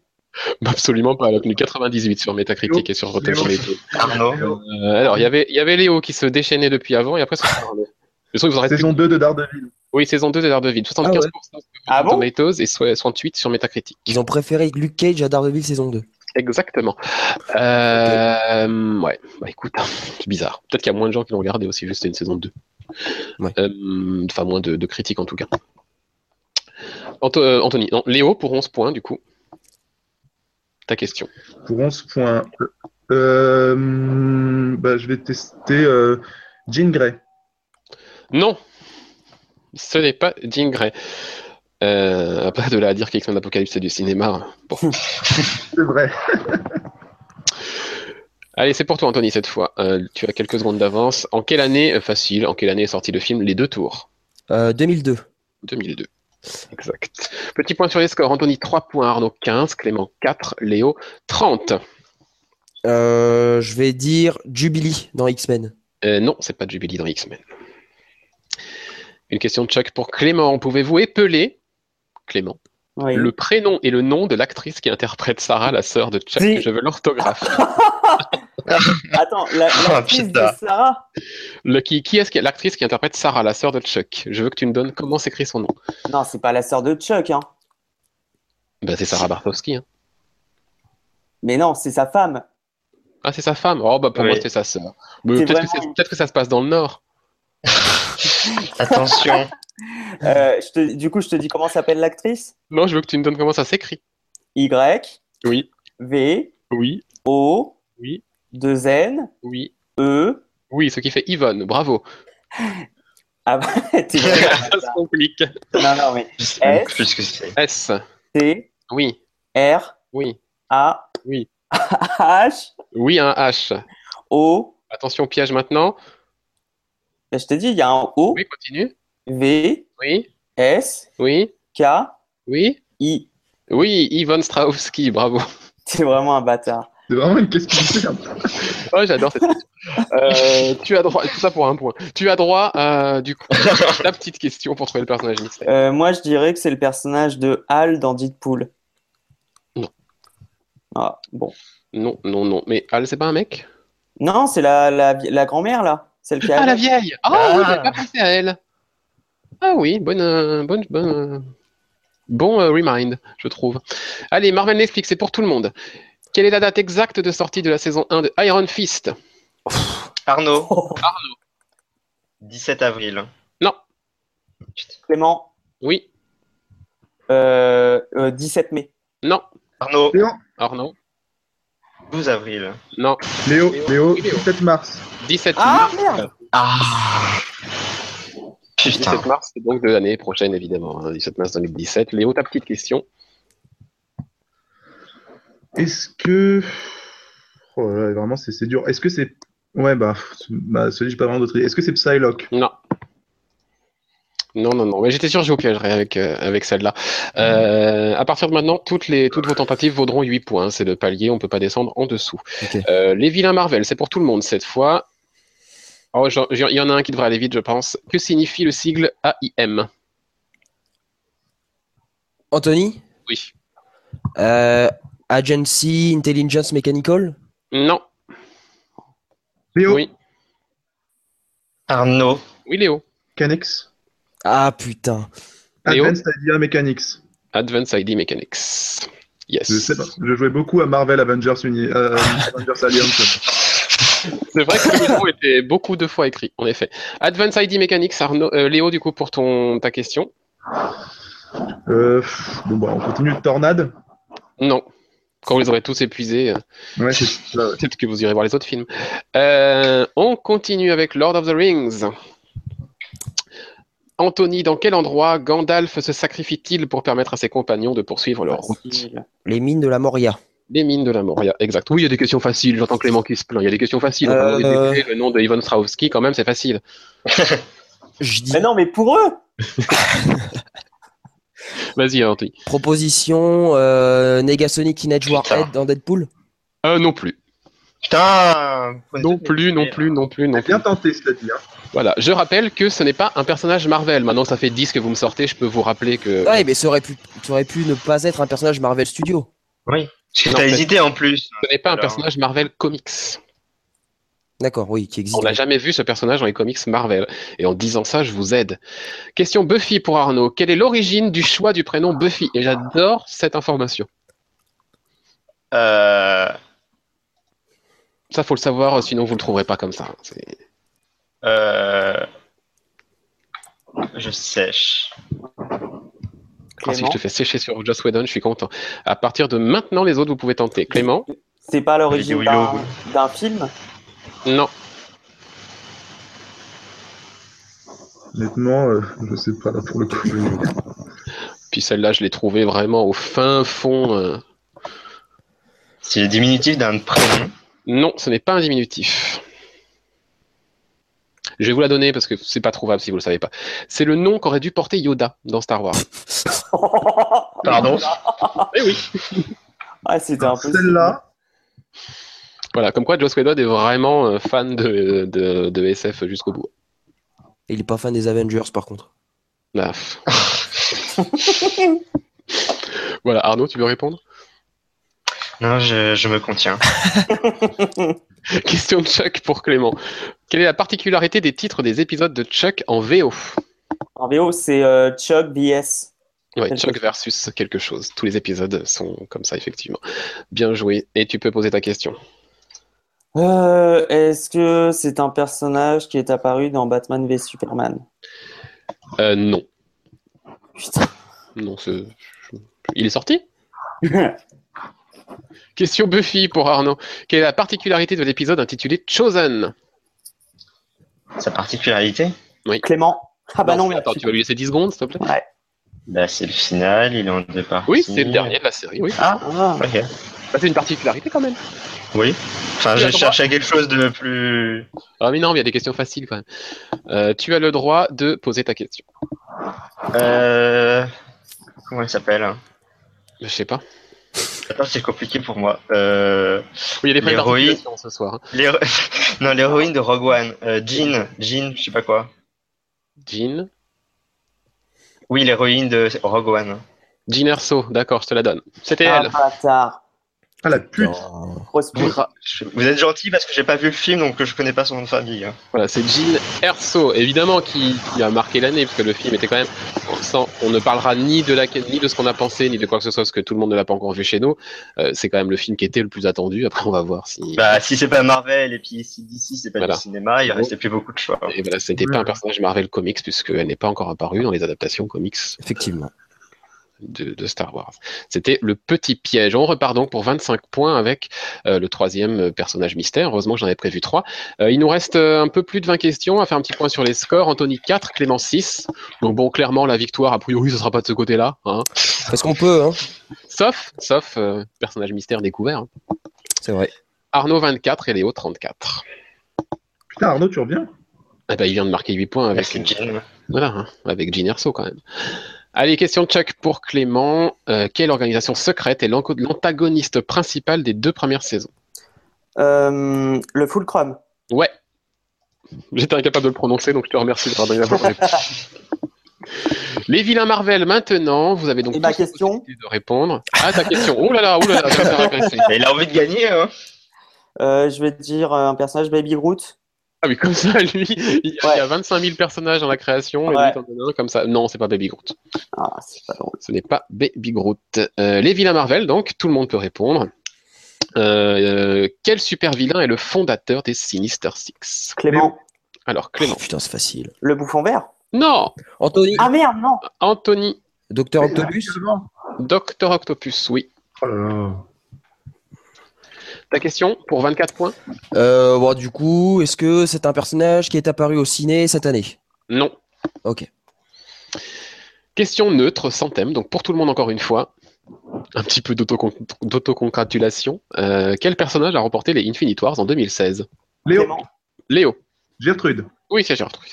Speaker 1: Absolument pas, elle a obtenu 98 sur Metacritic
Speaker 6: Léo.
Speaker 1: et sur Rotten
Speaker 6: Léo.
Speaker 1: Tomatoes.
Speaker 2: Arnaud.
Speaker 6: Léo,
Speaker 1: Euh, alors, il y avait- il y avait Léo qui se déchaînait depuis avant et après, c'est Arnaud. Le truc, vous en reste
Speaker 6: saison 2 de Daredevil.
Speaker 1: plus- Oui, saison 2 de Daredevil. 75% sur
Speaker 4: Ah bon
Speaker 1: Tomatoes et 68 sur Metacritic.
Speaker 3: ils ont préféré Luke Cage à Daredevil saison 2.
Speaker 1: Exactement. Euh, Ouais, bah écoute, c'est bizarre. Peut-être qu'il y a moins de gens qui l'ont regardé aussi, juste une saison 2.
Speaker 3: Ouais.
Speaker 1: Euh, Enfin, moins de, de critiques en tout cas. Anto- euh, Anthony, non, Léo pour 11 points du coup. Ta question.
Speaker 6: Pour 11 points. Euh, bah, je vais tester euh, Jean Grey.
Speaker 1: Non Ce n'est pas Jean Grey. Euh, après, de là à dire qu'X-Men d'Apocalypse c'est du cinéma. Bon.
Speaker 6: C'est vrai.
Speaker 1: Allez, c'est pour toi Anthony cette fois. Euh, tu as quelques secondes d'avance. En quelle année, euh, facile, en quelle année est sorti le film Les Deux Tours
Speaker 3: Euh, 2002.
Speaker 1: 2002. Exact. Petit point sur les scores. Anthony 3 points, Arnaud 15, Clément 4, Léo 30.
Speaker 3: Euh, je vais dire Jubilee dans X-Men.
Speaker 1: Euh, non, c'est pas Jubilee dans X-Men. Une question de choc pour Clément. Pouvez-vous épeler, Clément,
Speaker 4: Oui.
Speaker 1: le prénom et le nom de l'actrice qui interprète Sarah, la sœur de Chuck
Speaker 4: Si.
Speaker 1: Je veux l'orthographe.
Speaker 4: Attends, la, l'actrice de
Speaker 2: putain.
Speaker 4: Sarah
Speaker 1: Le, qui qui est-ce qui- l'actrice qui interprète Sarah, la sœur de Chuck Je veux que tu me donnes comment s'écrit son nom.
Speaker 4: Non, c'est pas la sœur de Chuck, hein.
Speaker 1: Ben, c'est Sarah Bartowski. hein.
Speaker 4: Mais non, c'est sa femme.
Speaker 1: Ah, c'est sa femme. Oh, bah pour
Speaker 2: Oui.
Speaker 1: moi, c'était sa sœur. Mais
Speaker 4: C'est
Speaker 1: Peut-être que,
Speaker 4: vraiment
Speaker 1: c'est-
Speaker 4: une-
Speaker 1: peut-être que ça se passe dans le Nord.
Speaker 2: Attention.
Speaker 4: Euh, je te- du coup, je te dis comment s'appelle l'actrice
Speaker 1: Non, je veux que tu me donnes comment ça s'écrit.
Speaker 4: Y,
Speaker 1: Oui.
Speaker 4: V,
Speaker 1: Oui.
Speaker 4: O,
Speaker 1: Oui.
Speaker 4: 2 N,
Speaker 1: Oui.
Speaker 4: E.
Speaker 1: Oui, ce qui fait Yvonne, bravo.
Speaker 4: Ah bah, t'es vraiment
Speaker 1: Ça se complique.
Speaker 4: Non, non, mais
Speaker 2: Je sais même
Speaker 4: S.
Speaker 2: plus ce que c'est.
Speaker 1: S.
Speaker 4: T,
Speaker 1: Oui,
Speaker 4: R,
Speaker 1: oui,
Speaker 4: A,
Speaker 1: Oui.
Speaker 4: H,
Speaker 1: oui, un H.
Speaker 4: O.
Speaker 1: Attention, piège maintenant.
Speaker 4: Je te dis, il y a un O,
Speaker 1: Oui, continue.
Speaker 4: V,
Speaker 1: Oui,
Speaker 4: S,
Speaker 1: Oui,
Speaker 4: K,
Speaker 1: oui,
Speaker 4: I.
Speaker 1: oui, Yvonne Strahovski, bravo.
Speaker 4: T'es vraiment un bâtard.
Speaker 6: C'est vraiment une question de merde.
Speaker 1: Oh, j'adore cette question. Euh, tu as droit, tout ça pour un point. Tu as droit, à, du coup, la petite question pour trouver le personnage mystère.
Speaker 4: Euh, moi, je dirais que c'est le personnage de Hal dans Deadpool.
Speaker 1: Non.
Speaker 4: Ah, bon.
Speaker 1: Non, non, non. Mais Al, c'est pas un mec
Speaker 4: Non, c'est la, la, vie- la grand-mère, là. Celle qui a...
Speaker 1: Ah, la vieille Ah oui, j'avais pas pensé à elle. Ah oui, bonne, euh, bonne, bonne, euh, bon euh, remind, je trouve. Allez, Marvel Netflix, c'est pour tout le monde. Quelle est la date exacte de sortie de la saison 1 de Iron Fist
Speaker 2: Arnaud,
Speaker 4: Oh,
Speaker 2: 17 avril.
Speaker 4: Clément,
Speaker 1: Oui,
Speaker 4: euh, euh, 17 mai.
Speaker 1: non,
Speaker 2: Arnaud,
Speaker 6: Léo,
Speaker 1: Arnaud,
Speaker 2: 12 avril.
Speaker 1: non,
Speaker 6: Léo, Léo,
Speaker 1: Oui, Léo.
Speaker 6: 7 mars.
Speaker 1: 17
Speaker 4: Ah,
Speaker 1: mars.
Speaker 4: merde
Speaker 2: Ah Putain.
Speaker 1: 17 mars, c'est donc de l'année prochaine, évidemment, hein, 17 mars 2017. Léo, ta petite question.
Speaker 6: Est-ce que. Oh là là, vraiment, c'est c'est dur. Est-ce que c'est. Ouais, bah, pff, bah celui, j'ai pas vraiment d'autre idée. Est-ce que c'est Psylocke
Speaker 1: Non. Non, non, non. Mais j'étais sûr que je vous piégerais avec, euh, avec celle-là. Euh, à partir de maintenant, toutes, les, toutes vos tentatives vaudront 8 points. C'est le palier, on ne peut pas descendre en dessous.
Speaker 3: Ok.
Speaker 1: Euh, les vilains Marvel, c'est pour tout le monde cette fois. Oh, j'en- j'en- Il y en a un qui devrait aller vite, je pense. Que signifie le sigle AIM
Speaker 3: Anthony
Speaker 1: Oui.
Speaker 3: Euh, Agency Intelligence Mechanical
Speaker 1: Non.
Speaker 6: Léo
Speaker 1: Oui.
Speaker 2: Arnaud,
Speaker 1: Oui, Léo.
Speaker 6: Mechanics
Speaker 3: Ah putain.
Speaker 1: Léo
Speaker 6: Advanced Idea Mechanics.
Speaker 1: Advanced ID Mechanics. Yes.
Speaker 6: Je sais pas. Je jouais beaucoup à Marvel Avengers, Uni... euh, Avengers Alliance.
Speaker 1: C'est vrai que le mot était beaucoup de fois écrit, en effet. Advanced ID Mechanics, Arnaud- euh, Léo, du coup, pour ton, ta question.
Speaker 6: Euh, pff, bon, bah, on continue. Tornade
Speaker 1: Non. Quand vous les aurez tous épuisés, euh,
Speaker 6: Ouais, c'est ça. ouais.
Speaker 1: peut-être que vous irez voir les autres films. Euh, on continue avec Lord of the Rings. Anthony, dans quel endroit Gandalf se sacrifie-t-il pour permettre à ses compagnons de poursuivre leur route
Speaker 4: Facile.
Speaker 3: Les mines de la Moria.
Speaker 1: Les mines de la Moria, exact. Oui, il y a des questions faciles. J'entends Clément qui se plaint. Il y a des questions faciles. Enfin,
Speaker 3: Euh,
Speaker 1: vous avez écrit Le nom de Ivan Strahovski, quand même, c'est facile.
Speaker 3: Je dis
Speaker 4: Mais non, mais pour eux
Speaker 1: Vas-y, Anthony.
Speaker 3: proposition euh, Negasonic Teenage Warhead dans Deadpool
Speaker 1: Euh, non plus.
Speaker 2: Putain
Speaker 1: Non plus, non plus, non plus, non plus.
Speaker 6: Bien tenté, c'est-à-dire.
Speaker 1: Voilà. Je rappelle que ce n'est pas un personnage Marvel. Maintenant, ça fait 10 que vous me sortez. Je peux vous rappeler que.
Speaker 3: Ouais, mais ça aurait, pu, ça aurait pu ne pas être un personnage Marvel Studio.
Speaker 2: Parce que
Speaker 1: Non,
Speaker 2: t'as
Speaker 1: mais-
Speaker 2: hésité en plus.
Speaker 1: Ce n'est pas un
Speaker 2: Alors.
Speaker 1: personnage Marvel Comics.
Speaker 3: D'accord, oui, qui existe.
Speaker 1: On n'a jamais vu ce personnage dans les comics Marvel. Et en disant ça, je vous aide. Question Buffy pour Arnaud. Quelle est l'origine du choix du prénom Buffy Et j'adore cette information.
Speaker 2: Euh,
Speaker 1: Ça, faut le savoir, sinon vous ne le trouverez pas comme ça. C'est-
Speaker 2: euh, Je sèche.
Speaker 1: Ah, si je te fais sécher sur Joss Whedon, je suis content. À partir de maintenant, les autres, vous pouvez tenter. Clément
Speaker 4: C'est pas l'origine
Speaker 2: Willow,
Speaker 4: d'un
Speaker 2: oui.
Speaker 4: d'un film
Speaker 1: Non.
Speaker 6: Honnêtement, euh, je sais pas, là, pour le coup.
Speaker 1: Puis celle-là, je l'ai trouvée vraiment au fin fond. euh.
Speaker 2: C'est le diminutif d'un prénom.
Speaker 1: Non, ce n'est pas un diminutif. Je vais vous la donner parce que c'est pas trouvable si vous le savez pas. C'est le nom qu'aurait dû porter Yoda dans Star Wars.
Speaker 2: Pardon
Speaker 1: Eh oui.
Speaker 4: Ah, c'était impossible.
Speaker 6: Celle-là,
Speaker 1: Voilà, comme quoi Joss Whedon est vraiment euh, fan de, de, de SF jusqu'au bout.
Speaker 3: Il est pas fan des Avengers par contre.
Speaker 1: Bah. voilà, Arnaud, tu veux répondre
Speaker 2: Non, je, je me contiens.
Speaker 1: Question de Chuck pour Clément. Quelle est la particularité des titres des épisodes de Chuck en VO
Speaker 4: En VO, c'est euh, Chuck BS.
Speaker 1: Ouais,
Speaker 4: Quelque
Speaker 1: Chuck
Speaker 4: chose.
Speaker 1: versus quelque chose. Tous les épisodes sont comme ça, effectivement. Bien joué. Et tu peux poser ta question.
Speaker 4: Euh, Est-ce que c'est un personnage qui est apparu dans Batman v Superman
Speaker 1: Euh, non.
Speaker 4: Putain.
Speaker 1: Non, c'est- Il est sorti Question Buffy pour Arnaud. Quelle est la particularité de l'épisode intitulé Chosen
Speaker 2: Sa particularité
Speaker 4: Clément Ah bah non, mais
Speaker 1: attends, tu vas lui laisser 10 secondes, s'il te plaît
Speaker 2: bah, C'est le final, il est en deux parties.
Speaker 1: Oui, c'est le dernier de la série, oui.
Speaker 2: Ah,
Speaker 4: Ah,
Speaker 2: ok.
Speaker 1: Bah, c'est une particularité quand même.
Speaker 2: Oui. Enfin, j'ai cherché quelque chose de plus.
Speaker 1: Ah mais non, mais il y a des questions faciles quand même. Euh, tu as le droit de poser ta question.
Speaker 2: Euh... Comment il s'appelle hein
Speaker 1: Je sais pas.
Speaker 2: Attends, c'est compliqué pour moi. Euh...
Speaker 1: Oui, il y a des problèmes
Speaker 2: L'héroïne.
Speaker 1: d'articulation ce soir. hein.
Speaker 2: l'héro- non, l'héroïne de Rogue One. Euh, Jean. Jean, je sais pas quoi.
Speaker 1: Jean.
Speaker 2: Oui, l'héroïne de Rogue One.
Speaker 1: Jean Erso, d'accord, je te la donne. C'était
Speaker 4: Ah,
Speaker 1: elle.
Speaker 4: bâtard.
Speaker 6: Ah la pute
Speaker 3: Putain.
Speaker 4: Grosse pute.
Speaker 1: Bra-
Speaker 2: Je- Vous êtes gentil parce que j'ai pas vu le film donc je connais pas son nom de famille. hein.
Speaker 1: Voilà, c'est Jean Erso, évidemment, qui, qui a marqué l'année, parce que le film était quand même. on sent- on ne parlera ni de, la, ni de ce qu'on a pensé, ni de quoi que ce soit, parce que tout le monde ne l'a pas encore vu chez nous. Euh, c'est quand même le film qui était le plus attendu. Après, on va voir si.
Speaker 2: Bah, si c'est pas Marvel et puis si d'ici c'est pas
Speaker 1: Voilà.
Speaker 2: du cinéma, il
Speaker 1: Oh.
Speaker 2: restait plus beaucoup de choix.
Speaker 1: Et voilà, ce n'était pas un personnage Marvel Comics, puisqu'elle n'est pas encore apparue dans les adaptations comics
Speaker 3: Effectivement.
Speaker 1: de, de Star Wars. C'était le petit piège. On repart donc pour 25 points avec euh, le troisième personnage mystère. Heureusement que j'en ai prévu trois. Euh, il nous reste euh, un peu plus de 20 questions. On va faire un petit point sur les scores. Anthony 4, Clément 6. Donc bon, clairement, la victoire, a priori, ce sera pas de ce côté-là. hein.
Speaker 3: Parce qu'on peut, hein.
Speaker 1: Sauf, sauf euh, personnage mystère découvert. hein.
Speaker 3: C'est vrai.
Speaker 1: Arnaud 24 et Léo 34.
Speaker 6: Putain, Arnaud, tu reviens
Speaker 1: Ah bah, il vient de marquer 8 points avec,
Speaker 2: Merci, Jean.
Speaker 1: Voilà, hein, avec Gene Erso quand même. Allez, question de check pour Clément. Euh, quelle organisation secrète est l'anco- l'antagoniste principal des deux premières saisons
Speaker 4: Euh, le Fulcrum.
Speaker 1: Ouais. J'étais incapable de le prononcer, donc je te remercie de donné la bonne réponse. Les vilains Marvel, maintenant, vous avez donc
Speaker 4: Et ma
Speaker 1: tous la
Speaker 4: question
Speaker 1: possibilité de répondre. Ah, ta question. Oh là là, oh là là, je vais me faire agresser.
Speaker 2: Mais il a envie de gagner, hein.
Speaker 4: Euh, je vais te dire euh, un personnage Baby Groot.
Speaker 1: Ah oui, comme ça, lui, il y a, il y a 25 000 personnages dans la création, et
Speaker 4: Ouais.
Speaker 1: lui, t'en donnes un comme ça. Non, c'est pas Baby Groot.
Speaker 4: Ah, c'est pas drôle.
Speaker 1: Ce n'est pas Baby Groot. Euh, les vilains Marvel, donc, tout le monde peut répondre. Euh, euh, quel super vilain est le fondateur des Sinister Six
Speaker 4: Clément.
Speaker 1: Alors,
Speaker 3: Oh,
Speaker 1: Clément.
Speaker 3: putain, c'est facile.
Speaker 4: Le bouffon vert.
Speaker 1: Non
Speaker 3: Anthony,
Speaker 4: Ah merde, non.
Speaker 1: Anthony,
Speaker 3: Docteur
Speaker 4: Ah.
Speaker 3: Octopus.
Speaker 1: Docteur Octopus, oui.
Speaker 6: Oh là là.
Speaker 1: Ta question pour 24 points
Speaker 3: Euh, bon, du coup, est-ce que c'est un personnage qui est apparu au ciné cette année
Speaker 1: Non.
Speaker 3: Ok.
Speaker 1: Question neutre, sans thème, donc pour tout le monde encore une fois. Un petit peu d'autocon- d'autoconcratulation. Euh, quel personnage a remporté les Infinite Wars en 2016
Speaker 6: Léo,
Speaker 4: Clément.
Speaker 1: Léo.
Speaker 6: Gertrude.
Speaker 1: Oui, c'est Gertrude.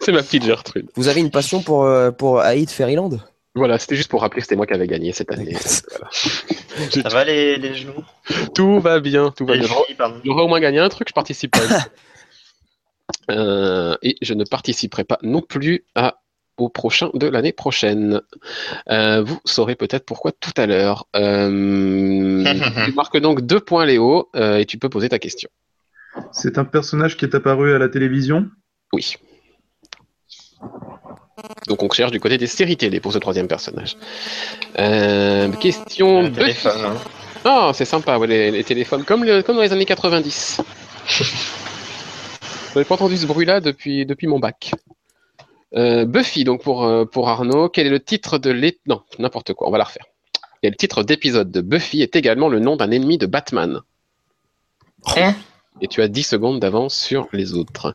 Speaker 1: c'est ma petite Gertrude.
Speaker 3: Vous avez une passion pour, euh, pour Aïd Fairyland
Speaker 1: Voilà, c'était juste pour rappeler que c'était moi qui avais gagné cette année. Voilà. J'ai-
Speaker 2: Ça va les, les genoux
Speaker 1: Tout va bien, tout va
Speaker 2: Les
Speaker 1: bien.
Speaker 2: filles, pardon.
Speaker 1: J'aurais au moins gagné un truc, je participe pas. Euh, et je ne participerai pas non plus à, au prochain de l'année prochaine. Euh, vous saurez peut-être pourquoi tout à l'heure. Euh, tu marques donc deux points, Léo, euh, et tu peux poser ta question.
Speaker 6: C'est un personnage qui est apparu à la télévision.
Speaker 1: Oui. Donc on cherche du côté des séries télé pour ce troisième personnage. Euh, question
Speaker 2: Le
Speaker 1: de
Speaker 2: téléphone, hein.
Speaker 1: Ah, c'est sympa, ouais, les, les téléphones, comme, le, comme dans les années 90. J'avais pas entendu ce bruit-là depuis, depuis mon bac. Euh, Buffy, donc pour, euh, pour Arnaud, quel est le titre de l'é... Non, n'importe quoi, on va la refaire. Quel titre d'épisode de Buffy est également le nom d'un ennemi de Batman
Speaker 2: Hein
Speaker 1: Et tu as 10 secondes d'avance sur les autres.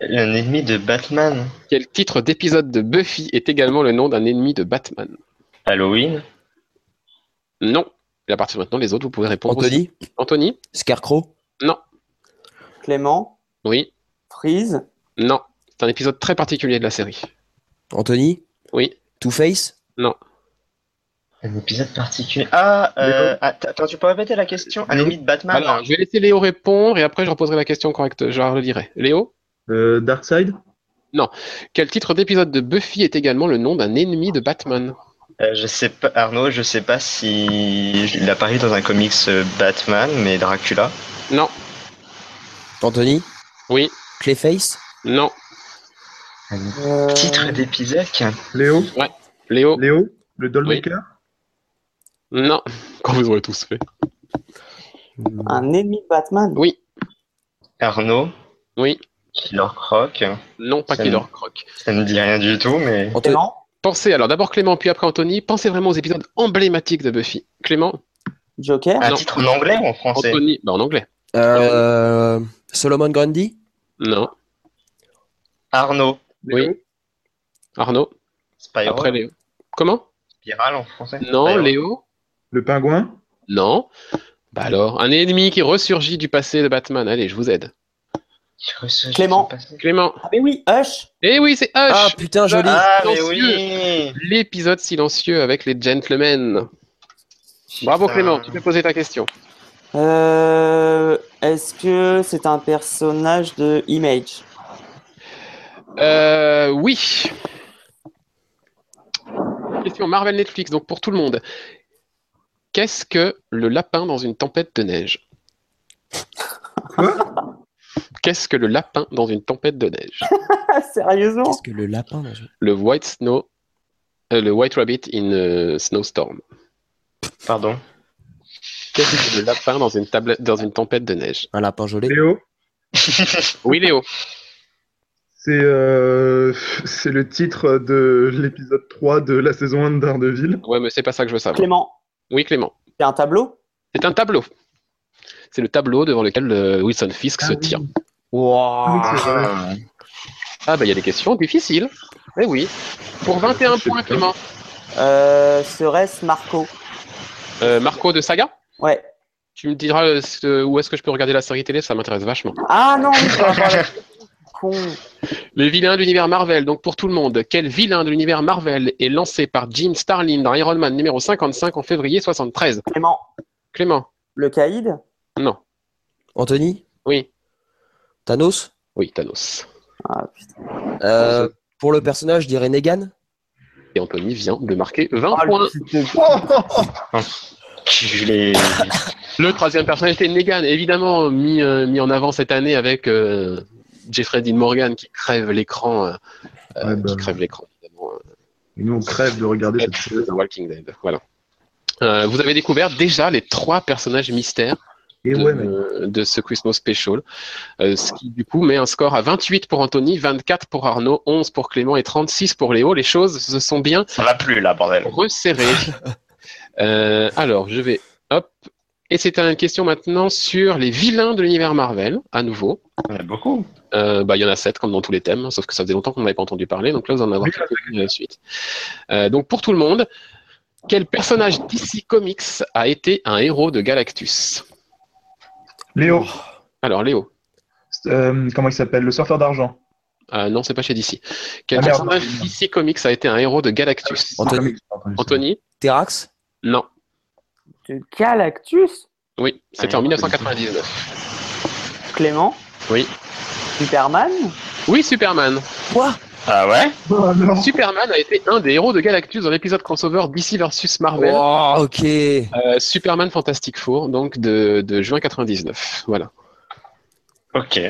Speaker 2: Un ennemi de Batman.
Speaker 1: Quel titre d'épisode de Buffy est également le nom d'un ennemi de Batman
Speaker 2: Halloween.
Speaker 1: Non. Et à partir de maintenant, les autres, vous pouvez répondre. aussi.
Speaker 3: Anthony
Speaker 1: Anthony
Speaker 3: Scarecrow
Speaker 4: Clément.
Speaker 1: Oui.
Speaker 4: Freeze.
Speaker 1: Non. C'est un épisode très particulier de la série.
Speaker 3: Anthony
Speaker 1: Oui.
Speaker 3: Two-Face
Speaker 2: Un épisode particulier. Ah, euh, att- attends, tu peux répéter la question Un ennemi de Batman
Speaker 1: Alors, je vais laisser Léo répondre et après je reposerai la question correcte, je la relirai. Léo,
Speaker 6: Euh, Darkseid.
Speaker 1: quel titre d'épisode de Buffy est également le nom d'un ennemi de Batman
Speaker 2: Euh, Je sais pas, Arnaud, je sais pas si il apparaît dans un comics euh, Batman, mais Dracula.
Speaker 1: Non,
Speaker 3: Anthony
Speaker 1: Oui.
Speaker 3: Clayface
Speaker 1: non,
Speaker 4: Euh,
Speaker 2: Titre d'épisode qui est un-
Speaker 6: Léo.
Speaker 1: Léo,
Speaker 6: Léo. Le Dollmaker.
Speaker 1: non. Quand vous aurez tous fait.
Speaker 4: Un ennemi de Batman.
Speaker 1: Oui,
Speaker 2: Arnaud.
Speaker 1: Oui.
Speaker 2: Killer Croc.
Speaker 1: non, pas
Speaker 2: Ça
Speaker 1: Killer
Speaker 2: me-
Speaker 1: Croc.
Speaker 2: Ça ne dit rien du tout, mais.
Speaker 3: Anthony
Speaker 4: Clément.
Speaker 1: Pensez, alors d'abord Clément, puis après Anthony, pensez vraiment aux épisodes emblématiques de Buffy. Clément,
Speaker 4: Joker.
Speaker 2: Un
Speaker 1: non.
Speaker 2: titre en anglais ou en français
Speaker 1: Anthony, bah, en anglais.
Speaker 3: euh, Solomon Grundy
Speaker 1: Non,
Speaker 2: Arnaud.
Speaker 1: oui. Arnaud,
Speaker 2: Spyro.
Speaker 1: après Léo. Comment
Speaker 2: Spiral en français.
Speaker 1: Non,
Speaker 2: Spyro.
Speaker 1: Léo,
Speaker 6: Le pingouin.
Speaker 1: Non. Bah alors, un ennemi qui ressurgit du passé de Batman. Allez, je vous aide.
Speaker 2: J'ai reçu-
Speaker 4: Clément.
Speaker 2: j'ai passé.
Speaker 1: Clément.
Speaker 4: Ah, mais oui, Hush
Speaker 1: Eh oui, c'est Hush.
Speaker 3: Ah putain, joli.
Speaker 2: Ah, mais
Speaker 1: Silencieux.
Speaker 2: oui.
Speaker 1: L'épisode silencieux avec les gentlemen. Bravo
Speaker 2: Putain.
Speaker 1: Clément, tu peux poser ta question.
Speaker 4: Euh, Est-ce que c'est un personnage de Image
Speaker 1: Euh, oui. Question Marvel Netflix, donc pour tout le monde. Qu'est-ce que le lapin dans une tempête de neige Qu'est-ce que le lapin dans une tempête de neige
Speaker 4: Ah, Sérieusement
Speaker 3: Qu'est-ce que le lapin dans le-
Speaker 1: Le White Snow, euh, le White Rabbit in euh, Snowstorm.
Speaker 2: Pardon.
Speaker 1: Qu'est-ce que le lapin dans une, tablette, dans une tempête de neige
Speaker 3: Un lapin gelé.
Speaker 6: Léo,
Speaker 1: Oui Léo.
Speaker 6: c'est euh, c'est le titre de l'épisode 3 de la saison 1 de Daredevil.
Speaker 1: Ouais, mais c'est pas ça que je veux savoir.
Speaker 4: Clément,
Speaker 1: Oui Clément.
Speaker 4: c'est un tableau
Speaker 1: C'est un tableau. C'est le tableau devant lequel euh, Wilson Fisk se tire.
Speaker 6: Ah, c'est vrai.
Speaker 2: Ah,
Speaker 1: Ah bah il y a des questions difficiles. Eh oui. Pour
Speaker 4: Ah,
Speaker 1: 21 points, Clément.
Speaker 4: euh, Serait-ce Marco
Speaker 1: Euh, Marco de Saga,
Speaker 4: Ouais.
Speaker 1: tu me diras euh, ce- où est-ce que je peux regarder la série télé, ça m'intéresse vachement.
Speaker 4: Ah non, oui, par rapport à la- con.
Speaker 1: Les vilains de l'univers Marvel, donc pour tout le monde, quel vilain de l'univers Marvel est lancé par Jim Starlin dans Iron Man numéro 55 en février 73
Speaker 4: Clément,
Speaker 1: Clément,
Speaker 4: le caïd
Speaker 1: non.
Speaker 3: Anthony
Speaker 1: Oui.
Speaker 3: Thanos
Speaker 1: Oui, Thanos.
Speaker 3: Euh, Pour le personnage, je dirais Negan.
Speaker 1: Et Anthony vient de marquer 20
Speaker 4: Ah, le
Speaker 1: points.
Speaker 4: fils de-
Speaker 2: culé.
Speaker 1: Le troisième personnage était Negan, évidemment mis, euh, mis en avant cette année avec euh, Jeffrey Dean Morgan qui crève l'écran, euh, euh,
Speaker 6: Ouais, bah.
Speaker 1: qui crève l'écran évidemment, euh,
Speaker 6: Et nous, on crève de regarder cette
Speaker 1: de
Speaker 6: chose.
Speaker 1: The Walking Dead. Voilà. Euh, vous avez découvert déjà les trois personnages mystères
Speaker 6: Et
Speaker 1: de,
Speaker 6: ouais, mais
Speaker 1: de ce Christmas Special, euh, ce qui du coup met un score à 28 pour Anthony, 24 pour Arnaud, 11 pour Clément et 36 pour Léo. Les choses se sont bien
Speaker 2: Ça va plus là, bordel.
Speaker 1: resserré. Euh, alors, je vais. Hop. Et c'est une question maintenant sur les vilains de l'univers Marvel, à nouveau.
Speaker 2: Il y en a beaucoup.
Speaker 1: Euh, bah, Il y en a sept, comme dans tous les thèmes, sauf que ça faisait longtemps qu'on n'avait pas entendu parler, donc là, vous en avez
Speaker 6: Oui,
Speaker 1: quelques-unes de suite. Euh, donc, pour tout le monde, quel personnage DC Comics a été un héros de Galactus
Speaker 6: Léo,
Speaker 1: Alors, Léo.
Speaker 6: euh, comment il s'appelle Le surfeur d'argent.
Speaker 1: Euh, non, c'est pas chez DC. Quel
Speaker 6: Ah, merde. Ah,
Speaker 1: personnage DC Comics a été un héros de Galactus
Speaker 3: Anthony.
Speaker 1: Anthony
Speaker 3: Terax
Speaker 1: Non.
Speaker 4: de Galactus
Speaker 1: Oui,
Speaker 6: Ah,
Speaker 1: c'était en 1999.
Speaker 4: Clément
Speaker 1: Oui.
Speaker 4: Superman
Speaker 1: Oui, Superman.
Speaker 3: Quoi
Speaker 2: Ah ouais
Speaker 6: Oh non
Speaker 1: Superman a été un des héros de Galactus dans l'épisode crossover DC versus Marvel,
Speaker 3: Oh, Ok.
Speaker 1: euh, Superman Fantastic Four, donc de, de juin 99. Voilà.
Speaker 2: Ok.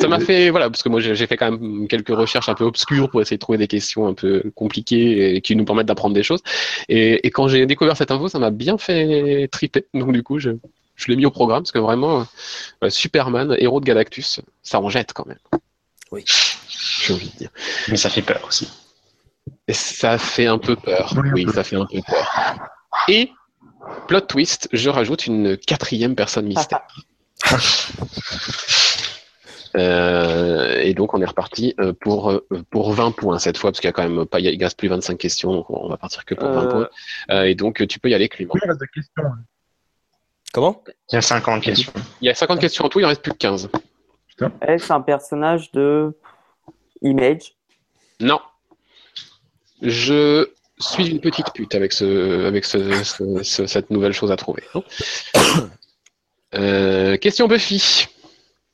Speaker 1: Ça m'a fait, voilà, parce que moi j'ai j'ai fait quand même quelques recherches un peu obscures pour essayer de trouver des questions un peu compliquées et qui nous permettent d'apprendre des choses. Et, et quand j'ai découvert cette info, ça m'a bien fait triper. Donc du coup, je, je l'ai mis au programme parce que vraiment, euh, Superman, héros de Galactus, ça en jette quand même.
Speaker 3: Oui.
Speaker 1: J'ai envie de dire.
Speaker 2: Mais ça fait peur aussi.
Speaker 1: Et ça fait un peu peur.
Speaker 6: Oui, un
Speaker 1: Oui,
Speaker 6: peu.
Speaker 1: ça fait un peu peur. Et, plot twist, je rajoute une quatrième personne mystère. Euh, et donc on est reparti euh, pour, euh, pour 20 points cette fois, parce qu'il y a quand même pas, il reste plus 25 questions, donc on va partir que pour 20
Speaker 4: Euh,
Speaker 1: points. Euh, et donc tu peux y aller Clément.
Speaker 6: Oui, il reste des questions. hein.
Speaker 3: Comment
Speaker 2: Il y a 50 questions.
Speaker 1: Il y a
Speaker 6: Ah.
Speaker 1: 50 questions en tout, il en reste plus que 15.
Speaker 4: Est-ce un personnage de Image
Speaker 1: Non. Je suis une petite pute avec, ce, avec ce, ce- ce- cette nouvelle chose à trouver. hein. Euh, question Buffy.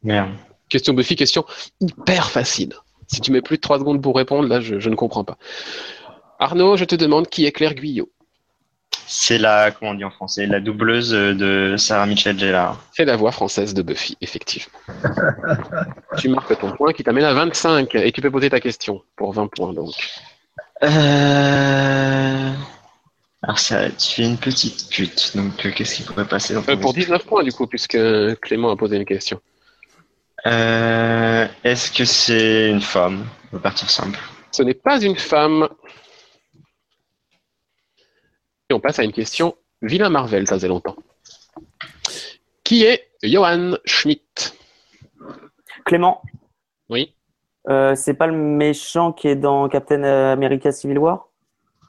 Speaker 2: Merde.
Speaker 1: Question Buffy, question hyper facile. Si tu mets plus de 3 secondes pour répondre, là, je, je ne comprends pas. Arnaud, je te demande qui est Claire Guyot.
Speaker 2: C'est la, comment on dit en français, la doubleuse de Sarah Michel Gellar.
Speaker 1: C'est la voix française de Buffy, effectivement. tu marques ton point qui t'amène à 25 et tu peux poser ta question pour 20 points. Donc.
Speaker 2: Euh... Alors ça, tu es une petite pute, donc euh, qu'est-ce qui pourrait passer dans ton
Speaker 1: Euh, pour 19 points, du coup, puisque Clément a posé une question.
Speaker 2: Euh, Est-ce que c'est une femme On va partir simple.
Speaker 1: Ce n'est pas une femme. Et on passe à une question vilain Marvel, ça faisait longtemps. Qui est Johan Schmidt
Speaker 4: Clément
Speaker 1: Oui
Speaker 4: euh, c'est pas le méchant qui est dans Captain America Civil War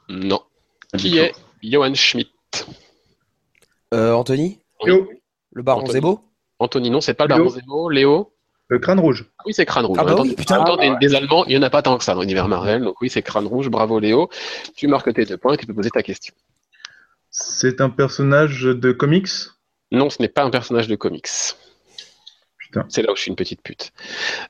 Speaker 1: Non. Qui est Johan Schmidt
Speaker 3: Euh, Anthony
Speaker 6: Léo,
Speaker 3: Le baron
Speaker 1: Anthony.
Speaker 3: Zebo
Speaker 1: Anthony, non, c'est pas le baron
Speaker 6: Léo.
Speaker 1: Zemo. Léo
Speaker 6: le Euh, crâne rouge.
Speaker 1: Oui, c'est Crâne Rouge.
Speaker 3: Ah bah
Speaker 1: Oh, Attendez,
Speaker 3: oui, putain.
Speaker 1: en même temps,
Speaker 4: Ah bah
Speaker 1: des, des Allemands, il n'y en a pas tant que ça dans l'univers Marvel. Donc oui, c'est Crâne Rouge. Bravo Léo. Tu marques tes deux points et tu peux poser ta question.
Speaker 6: C'est un personnage de comics
Speaker 1: Non, ce n'est pas un personnage de comics.
Speaker 6: Putain.
Speaker 1: C'est là où je suis une petite pute.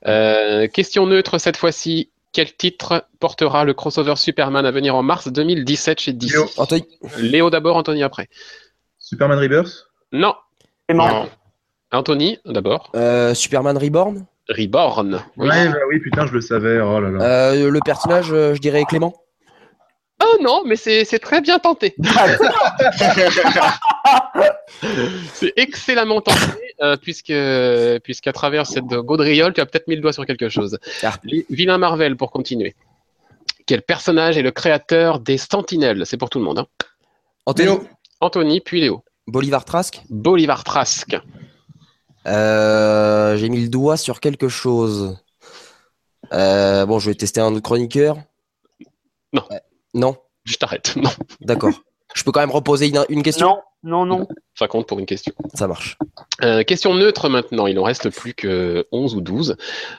Speaker 1: Euh, question neutre cette fois-ci. Quel titre portera le crossover Superman à venir en mars 2017 chez DC
Speaker 6: Léo.
Speaker 3: Anthony
Speaker 1: Léo d'abord, Anthony après.
Speaker 6: Superman Rebirth
Speaker 1: Non,
Speaker 4: Clément.
Speaker 1: Anthony d'abord.
Speaker 3: euh, Superman Reborn
Speaker 1: Reborn. Oui.
Speaker 6: Ouais, bah oui, putain, je le savais. Oh là là.
Speaker 3: Euh, Le personnage, euh, je dirais Clément
Speaker 1: Ah non, mais c'est c'est très bien tenté. C'est excellemment tenté, euh, puisque puisqu'à travers cette gaudriole, tu as peut-être mis le doigt sur quelque chose.
Speaker 3: Ah.
Speaker 1: Vi- Vilain Marvel, pour continuer. Quel personnage est le créateur des Sentinelles C'est pour tout le monde. hein.
Speaker 3: Anthony
Speaker 1: Anthony, puis Léo.
Speaker 3: Bolivar Trask
Speaker 1: Bolivar Trask.
Speaker 3: Euh, J'ai mis le doigt sur quelque chose. Euh, bon, je vais tester un autre chroniqueur.
Speaker 1: Non.
Speaker 3: Euh, non,
Speaker 1: Je t'arrête. Non,
Speaker 3: d'accord. je peux quand même reposer une, une question
Speaker 4: Non, non, non.
Speaker 1: ça compte pour une question.
Speaker 3: Ça marche.
Speaker 1: Euh, question neutre maintenant, il en reste plus que 11 ou 12.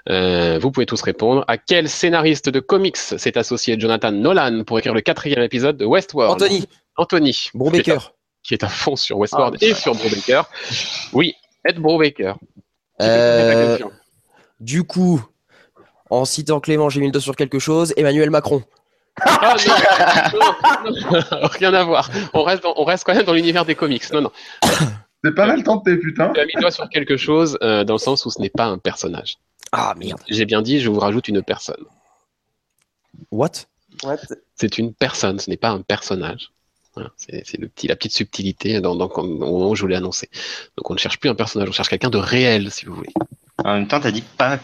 Speaker 1: Euh, vous pouvez tous répondre. À quel scénariste de comics s'est associé Jonathan Nolan pour écrire le quatrième épisode de Westworld
Speaker 3: Anthony
Speaker 1: Anthony. Qui est, à,
Speaker 3: Brubaker.
Speaker 1: qui est à fond sur Westworld et sur Brubaker. Oui, Ed Brubaker. Qui peut poser ta
Speaker 3: Euh,
Speaker 1: question
Speaker 3: du coup, en citant Clément, j'ai mis le doigt sur quelque chose. Emmanuel Macron.
Speaker 1: Ah, non, non, non, rien à voir. On reste, dans- on reste quand même dans l'univers des comics. Non, non.
Speaker 6: C'est pas mal tenté, putain.
Speaker 1: Tu as mis le doigt sur quelque chose euh, dans le sens où ce n'est pas un personnage.
Speaker 3: Ah merde.
Speaker 1: J'ai bien dit, je vous rajoute une personne.
Speaker 3: What
Speaker 4: What
Speaker 1: c'est une personne, ce n'est pas un personnage. Voilà, c'est c'est le petit, la petite subtilité dans, dans, quand- au moment où je voulais annoncer. Donc on ne cherche plus un personnage, on cherche quelqu'un de réel, si vous voulez.
Speaker 2: En même temps, t'as dit pas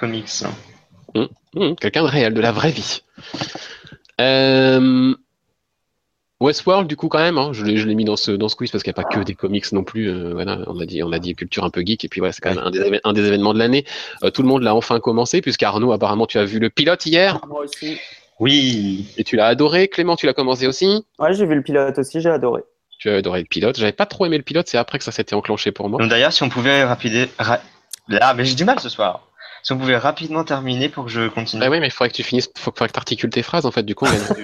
Speaker 2: comics. hein.
Speaker 1: Hum, quelqu'un de réel, de la vraie vie. Euh, Westworld, du coup, quand même, hein, je l'ai je l'ai mis dans ce, dans ce quiz parce qu'il n'y a pas que des comics non plus. euh, voilà, on a dit, on a dit culture un peu geek, et puis voilà, c'est quand même un des, éve- un des événements de l'année. Euh, tout le monde l'a enfin commencé, puisqu'Arnaud, apparemment, tu as vu le pilote hier,
Speaker 4: Moi aussi.
Speaker 2: Oui.
Speaker 1: et tu l'as adoré. Clément, tu l'as commencé aussi.
Speaker 4: Ouais, j'ai vu le pilote aussi, j'ai adoré.
Speaker 1: Tu as adoré le pilote. J'avais pas trop aimé le pilote, c'est après que ça s'était enclenché pour moi.
Speaker 2: Donc d'ailleurs, si on pouvait rapide... ra- Ah, mais j'ai du mal ce soir. Si on pouvait rapidement terminer pour que je continue.
Speaker 1: Ah oui, mais il faudrait que tu finisses, faut, faudrait que tu articules tes phrases en fait, du coup on va-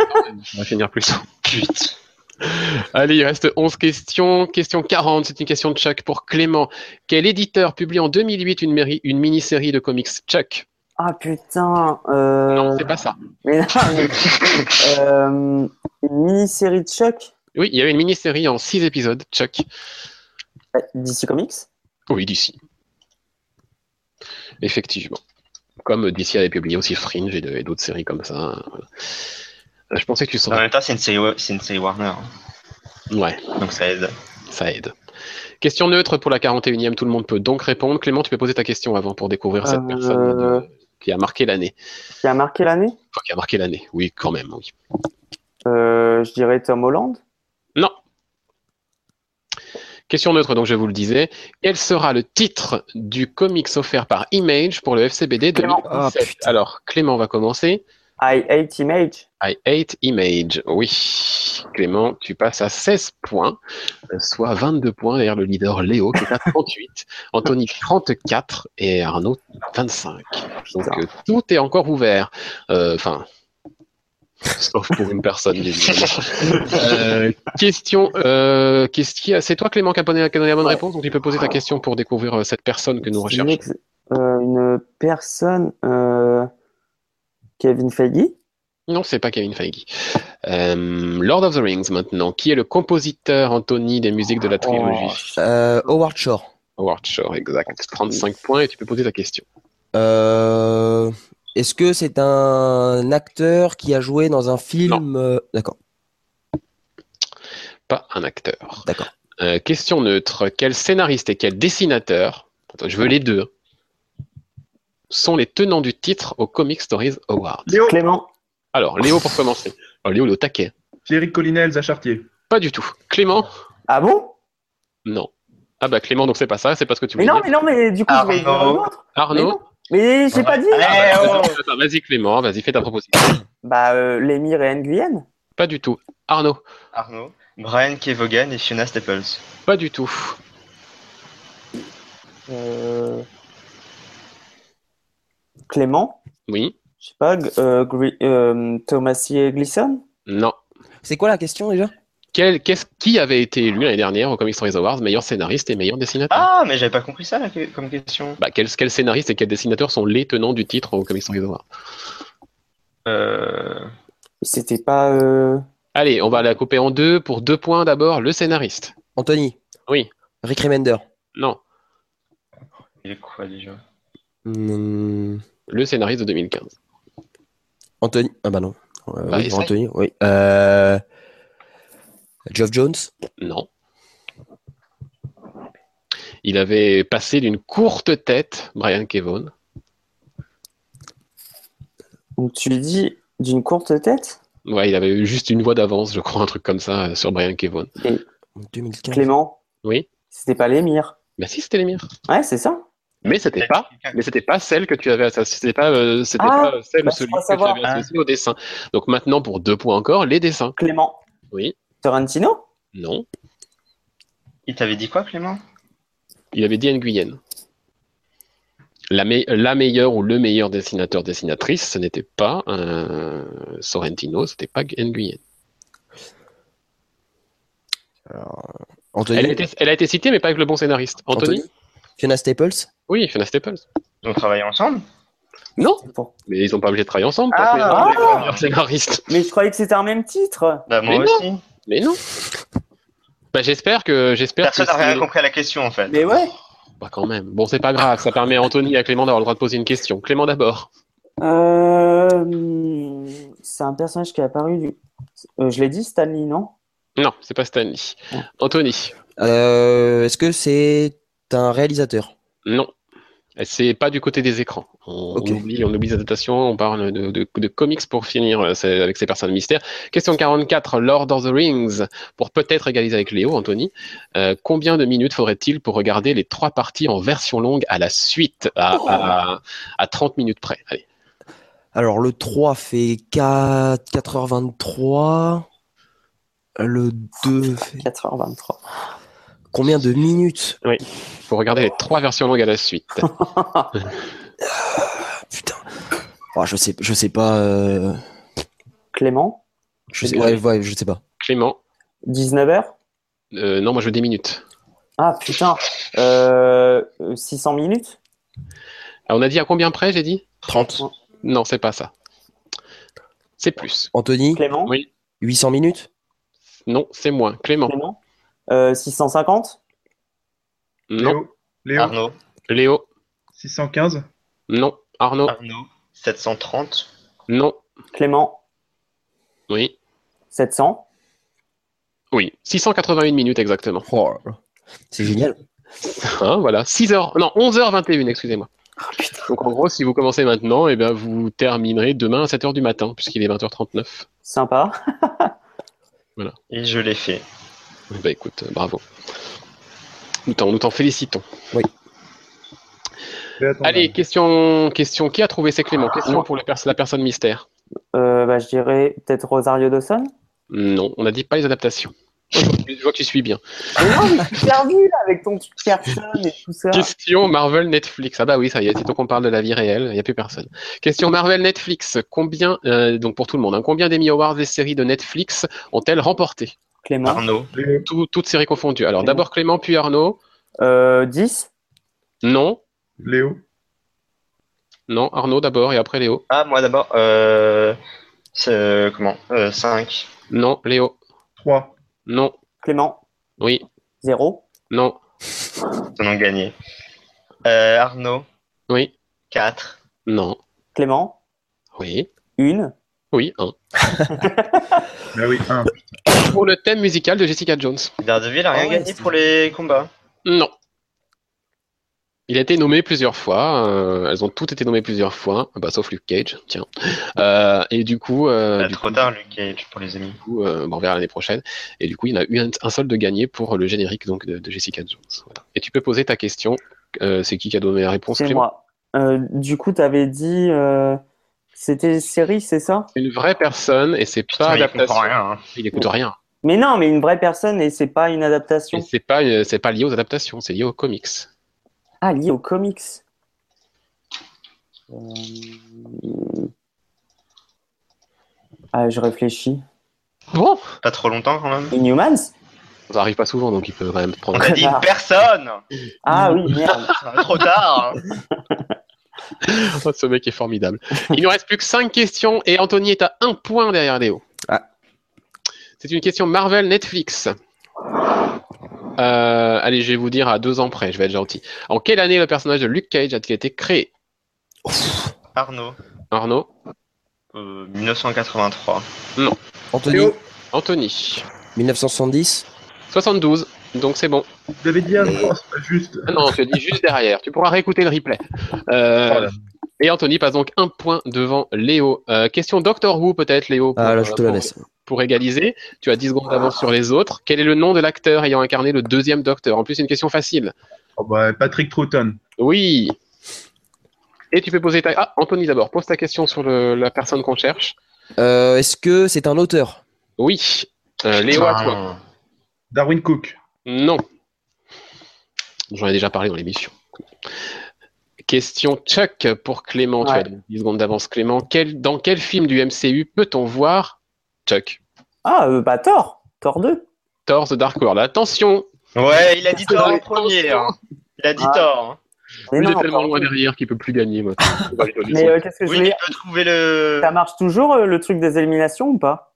Speaker 1: on va finir plus tôt.
Speaker 2: Putain.
Speaker 1: Allez, il reste 11 questions. Question 40, c'est une question de Chuck pour Clément. Quel éditeur publie en 2008 une, méri- une mini-série de comics Chuck
Speaker 4: Ah putain. Euh...
Speaker 1: Non, c'est pas ça.
Speaker 4: Mais non, mais- euh, une mini-série de choc
Speaker 1: Oui, il y avait une mini-série en 6 épisodes, Chuck.
Speaker 4: euh, DC Comics
Speaker 1: Oui, d'ici. Effectivement. Comme DC avait publié aussi Fringe et de- et d'autres séries comme ça. euh, voilà. Je pensais que tu
Speaker 2: En
Speaker 1: saurais.
Speaker 2: même temps, c'est une série, Wa- c'est une série Warner, hein.
Speaker 1: Ouais.
Speaker 2: donc ça aide.
Speaker 1: Ça aide. Question neutre pour la 41e, tout le monde peut donc répondre. Clément, tu peux poser ta question avant pour découvrir cette
Speaker 4: Euh,
Speaker 1: personne de- qui a marqué l'année.
Speaker 4: qui a marqué l'année
Speaker 1: Enfin, qui a marqué l'année, oui, quand même, oui.
Speaker 4: Euh, Je dirais Tom Holland.
Speaker 1: Non. Question neutre, donc je vous le disais. Quel sera le titre du comics offert par Image pour le FCBD
Speaker 4: Clément.
Speaker 1: 2017
Speaker 3: Ah, putain.
Speaker 1: Alors, Clément va commencer.
Speaker 4: I Hate Image.
Speaker 1: I hate Image. Oui, Clément, tu passes à 16 points, euh, soit 22 points derrière le leader Léo qui est à 38, Anthony 34 et Arnaud 25. Donc
Speaker 4: Putain.
Speaker 1: euh, tout est encore ouvert. Euh, Enfin. Sauf pour une personne, bien évidemment. Euh, question, euh, question- c'est toi Clément qui a donné qui a donné la bonne réponse, donc tu peux poser ta question pour découvrir euh, cette personne que nous
Speaker 4: Je dirais
Speaker 1: recherchons.
Speaker 4: que- euh, une personne. euh, Kevin Feige.
Speaker 1: Non, c'est pas Kevin Feige. Euh, Lord of the Rings maintenant. Qui est le compositeur Anthony des musiques
Speaker 4: Oh.
Speaker 1: de la trilogie
Speaker 3: Euh, Howard Shore.
Speaker 1: Howard Shore, exact. 35 points et tu peux poser ta question.
Speaker 3: Euh, Est-ce que c'est un acteur qui a joué dans un film euh, D'accord.
Speaker 1: Pas un acteur.
Speaker 3: D'accord.
Speaker 1: Euh, question neutre. Quel scénariste et quel dessinateur Attends, je veux les deux. Sont les tenants du titre au Comic Stories Award.
Speaker 6: Léo,
Speaker 4: Clément.
Speaker 1: Alors, Léo pour commencer. Alors, Léo, il est au taquet.
Speaker 6: Thierry Collinel, Zachartier.
Speaker 1: Pas du tout. Clément
Speaker 4: Ah bon
Speaker 1: Non. Ah bah Clément, donc c'est pas ça, c'est pas ce que tu
Speaker 4: Mais
Speaker 1: voulais
Speaker 4: non,
Speaker 1: dire.
Speaker 4: mais non, mais du coup, je vais dire
Speaker 2: Arnaud.
Speaker 4: un autre. Mais
Speaker 1: Arnaud Ah bah,
Speaker 4: non. Mais j'ai pas dit.
Speaker 2: Eh oh
Speaker 1: Attends, attends, Vas-y Clément, vas-y, fais ta proposition.
Speaker 4: Bah, euh, Lémire et Nguyen.
Speaker 1: Pas du tout. Arnaud
Speaker 2: Arnaud. Brian Kevogan et Fiona Staples.
Speaker 1: Pas du tout.
Speaker 4: Euh, Clément,
Speaker 1: Oui.
Speaker 4: je sais pas, G- euh, Gri- euh, Thomasie Gleason
Speaker 1: Non.
Speaker 3: C'est quoi la question déjà
Speaker 1: Quel, qu'est-ce, qui avait été élu l'année dernière au Comic Stories Awards meilleur scénariste et meilleur dessinateur
Speaker 2: Ah, mais j'avais pas compris ça là, que- comme question.
Speaker 1: bah, quel, quel scénariste et quel dessinateur sont les tenants du titre au Comic Stories Awards
Speaker 2: Euh...
Speaker 4: C'était pas. euh,
Speaker 1: Allez, on va la couper en deux. Pour deux points d'abord, le scénariste.
Speaker 3: Anthony
Speaker 1: Oui.
Speaker 3: Rick Remender
Speaker 1: Non.
Speaker 2: Il est quoi déjà
Speaker 3: Hmm,
Speaker 1: Le scénariste de 2015.
Speaker 3: Anthony Ah bah non. Euh,
Speaker 1: Bah,
Speaker 3: oui,
Speaker 1: essaye.
Speaker 3: pour Anthony, oui. Euh... Geoff Jones
Speaker 1: Non. Il avait passé d'une courte tête, Brian Kevon.
Speaker 4: Donc tu lui dis d'une courte tête
Speaker 1: Ouais, il avait eu juste une voix d'avance, je crois, un truc comme ça, euh, sur Brian Kevon.
Speaker 3: 2015.
Speaker 4: Clément
Speaker 1: Oui.
Speaker 4: C'était pas l'émir
Speaker 1: Bah si, c'était Lemire.
Speaker 4: Ouais, c'est ça
Speaker 1: Mais c'était pas, mais c'était pas celle que tu avais associée. C'était pas, euh, c'était
Speaker 4: Ah,
Speaker 1: pas celle
Speaker 4: bah,
Speaker 1: ou
Speaker 4: je
Speaker 1: celui
Speaker 4: crois
Speaker 1: que tu
Speaker 4: savoir,
Speaker 1: avais associé au dessin. Donc maintenant, pour deux points encore, les dessins.
Speaker 4: Clément
Speaker 1: Oui.
Speaker 4: Tarantino
Speaker 1: Non.
Speaker 2: Il t'avait dit quoi, Clément
Speaker 1: Il avait dit Nguyen. La, me- la meilleure ou le meilleur dessinateur, dessinatrice, ce n'était pas un Sorrentino, c'était pas Nguyen.
Speaker 3: Anthony,
Speaker 1: Elle a, été, elle a été citée, mais pas avec le bon scénariste. Anthony,
Speaker 3: Fiona Staples
Speaker 1: Oui, Fiona Staples.
Speaker 2: Ils ont travaillé ensemble
Speaker 1: Non,
Speaker 4: C'est pour-
Speaker 1: mais ils n'ont pas obligé de travailler ensemble. parce
Speaker 2: Ah,
Speaker 1: que
Speaker 4: ah.
Speaker 1: c'est le meilleur scénariste.
Speaker 4: Mais je croyais que c'était un même titre
Speaker 2: Bah, moi
Speaker 1: Mais non.
Speaker 2: aussi.
Speaker 1: Mais non. Bah, j'espère que. J'espère
Speaker 2: Personne
Speaker 1: que
Speaker 2: n'a rien
Speaker 1: c'est-
Speaker 2: compris à la question en fait.
Speaker 4: Mais ouais
Speaker 1: Bah, quand même. Bon, c'est pas grave, ça permet à Anthony et à Clément d'avoir le droit de poser une question. Clément d'abord.
Speaker 4: Euh, C'est un personnage qui est apparu du. Euh, je l'ai dit, Stanley, non
Speaker 1: Non, c'est pas Stanley. Anthony.
Speaker 3: Euh, Est-ce que c'est un réalisateur
Speaker 1: Non. C'est pas du côté des écrans. On,
Speaker 3: Ok.
Speaker 1: on oublie, on oublie les adaptations, on parle de, de- de comics pour finir euh, c'est- avec ces personnes mystères. Question 44, Lord of the Rings, pour peut-être égaliser avec Léo, Anthony. Euh, combien de minutes faudrait-il pour regarder les trois parties en version longue à la suite, à, à- à 30 minutes près Allez.
Speaker 3: Alors le 3 fait 4... 4h23. Le 2 fait
Speaker 4: 4h23.
Speaker 3: combien de minutes
Speaker 1: Pour regarder les trois versions longues à la suite.
Speaker 3: Ah, Putain. Oh, je sais, je sais pas. euh,
Speaker 4: Clément
Speaker 3: Je sais, ouais, ouais, je sais pas.
Speaker 1: Clément.
Speaker 4: 19h
Speaker 1: Euh, non, moi je veux des minutes.
Speaker 4: Ah putain euh, 600 minutes
Speaker 1: Ah, on a dit à combien près, j'ai dit
Speaker 3: 30.
Speaker 1: Non, c'est pas ça. C'est plus.
Speaker 3: Anthony,
Speaker 4: Clément
Speaker 1: Oui.
Speaker 3: 800 minutes
Speaker 1: Non, c'est moins. Clément.
Speaker 4: Clément Euh, 650
Speaker 1: Non. Ah.
Speaker 6: Léo, Léo
Speaker 2: Arnaud.
Speaker 1: Léo.
Speaker 6: 615
Speaker 1: Non. Arnaud.
Speaker 2: Arnaud. 730.
Speaker 1: Non.
Speaker 4: Clément
Speaker 1: Oui.
Speaker 4: 700
Speaker 1: Oui. 681 minutes exactement.
Speaker 3: Oh là là. C'est génial.
Speaker 1: Hein, voilà. 6 heures. Non, 11h21, excusez-moi. Donc en gros, si vous commencez maintenant, eh bien, vous terminerez demain à 7h du matin, puisqu'il est 20h39.
Speaker 4: Sympa.
Speaker 2: Et je l'ai fait.
Speaker 1: Eh ben, écoute, euh, bravo. Nous t'en, nous t'en félicitons.
Speaker 6: Mais attends,
Speaker 1: Allez, question, question. Qui a trouvé ces Clément Question pour le pers- la personne mystère.
Speaker 4: Euh, bah, je dirais peut-être Rosario Dawson.
Speaker 1: Non, on n'a dit pas les adaptations. Je vois que- je vois que tu suis bien.
Speaker 4: Mais non, mais j'ai perdu là, avec ton petit personne et tout ça.
Speaker 1: Question Marvel Netflix. Ah bah oui, ça y est, c'est qu'on parle de la vie réelle, il n'y a plus personne. Question Marvel Netflix. Combien, euh, donc pour tout le monde, hein, combien d'Emmy Awards les séries de Netflix ont-elles remporté
Speaker 4: Clément
Speaker 2: Arnaud.
Speaker 6: Léo,
Speaker 1: Tout- Toutes séries confondues. Alors
Speaker 4: Clément.
Speaker 1: d'abord Clément, puis Arnaud.
Speaker 4: euh, 10
Speaker 1: Non,
Speaker 6: Léo,
Speaker 1: non, Arnaud d'abord et après Léo.
Speaker 2: Ah, moi d'abord. Euh... c'est, euh, comment euh, 5.
Speaker 1: Non, Léo.
Speaker 6: 3.
Speaker 1: Non,
Speaker 4: Clément
Speaker 1: oui,
Speaker 4: 0
Speaker 1: non,
Speaker 2: Ils en ont gagné. Euh, Arnaud.
Speaker 1: oui,
Speaker 2: 4.
Speaker 1: non,
Speaker 4: Clément
Speaker 1: oui,
Speaker 4: 1
Speaker 1: oui, un.
Speaker 6: Bah oui, 1.
Speaker 1: Pour le thème musical de Jessica Jones.
Speaker 2: Daredevil a rien
Speaker 3: Ah ouais,
Speaker 2: gagné
Speaker 3: c'est-
Speaker 2: pour les combats.
Speaker 1: Non. Il a été nommé plusieurs fois. euh, elles ont toutes été nommées plusieurs fois, bah, sauf Luke Cage, tiens. Euh, et du coup, euh,
Speaker 2: Ah,
Speaker 1: du
Speaker 2: trop
Speaker 1: coup-
Speaker 2: tard, Luke Cage, pour les amis.
Speaker 1: du coup, euh, bon, on verra l'année prochaine. Et du coup, il y en a eu un, un seul de gagné pour le générique donc de, de Jessica Jones. Voilà. Et tu peux poser ta question. Euh, c'est qui qui a donné la réponse
Speaker 4: C'est
Speaker 1: Clément
Speaker 4: moi. Euh, du coup, t'avais dit. euh, C'était série, c'est ça
Speaker 1: C'est une vraie personne et c'est
Speaker 2: Putain,
Speaker 1: pas
Speaker 2: il
Speaker 1: adaptation.
Speaker 2: comprend rien. hein.
Speaker 1: Il n'écoute rien.
Speaker 4: Mais non, mais une vraie personne et c'est pas une adaptation.
Speaker 1: Et c'est pas, euh, c'est pas lié aux adaptations, c'est lié aux comics.
Speaker 4: Ah, lié aux comics. Euh, Ah, je réfléchis.
Speaker 1: Bon,
Speaker 2: Pas trop longtemps quand même.
Speaker 4: Inhumans
Speaker 1: ça arrive pas souvent, donc il peut quand même prendre.
Speaker 2: On a dit une personne
Speaker 4: Ah oui, merde.
Speaker 2: Trop tard hein.
Speaker 1: Oh, ce mec est formidable. Il nous reste plus que 5 questions et Anthony est à 1 point derrière Léo.
Speaker 3: Ah.
Speaker 1: C'est une question Marvel Netflix. Euh, allez, je vais vous dire à deux ans près, je vais être gentil. En quelle année le personnage de Luke Cage a-t-il été créé
Speaker 2: Arnaud,
Speaker 1: Arnaud
Speaker 2: euh, 1983.
Speaker 3: Anthony,
Speaker 6: Léo,
Speaker 1: Anthony
Speaker 3: 1970.
Speaker 1: 72, donc c'est bon.
Speaker 6: vous avez dit avant, c'est pas juste.
Speaker 1: Ah non, tu as dit juste derrière, tu pourras réécouter le replay. Euh,
Speaker 6: Voilà.
Speaker 1: Et Anthony passe donc un point devant Léo. Euh, question Doctor Who peut-être, Léo Euh, pour-
Speaker 3: Ah là, je te la
Speaker 1: pour-
Speaker 3: laisse.
Speaker 1: pour égaliser. Tu as 10 secondes d'avance sur les autres. Quel est le nom de l'acteur ayant incarné le deuxième docteur En plus, c'est une question facile.
Speaker 6: Oh, bah, Patrick Troughton.
Speaker 1: Oui. Et tu peux poser ta. Ah, Anthony d'abord, pose ta question sur le- la personne qu'on cherche.
Speaker 3: Euh, Est-ce que c'est un auteur
Speaker 1: Oui. Euh, Léo, à toi.
Speaker 6: Darwin Cook.
Speaker 1: Non. J'en ai déjà parlé dans l'émission. Question Chuck pour Clément. Tu
Speaker 4: Ouais.
Speaker 1: as donc 10 secondes d'avance, Clément. Quel- Dans quel film du MCU peut-on voir Chuck
Speaker 4: Ah, euh, bah Thor. Thor 2.
Speaker 1: Thor The Dark World. Attention
Speaker 2: Ouais, il a dit tort en premier.
Speaker 1: Attention.
Speaker 2: hein. Il a dit
Speaker 4: Ah.
Speaker 2: tort. hein.
Speaker 4: Mais
Speaker 1: Lui, il
Speaker 4: non,
Speaker 1: est tellement
Speaker 4: Thor
Speaker 1: loin
Speaker 4: 2.
Speaker 1: derrière qu'il peut plus gagner. Moi.
Speaker 4: Mais euh, qu'est-ce que
Speaker 2: Oui,
Speaker 4: je
Speaker 2: mais
Speaker 4: voulais
Speaker 2: il peut trouver le.
Speaker 4: Ça marche toujours euh, le truc des éliminations ou pas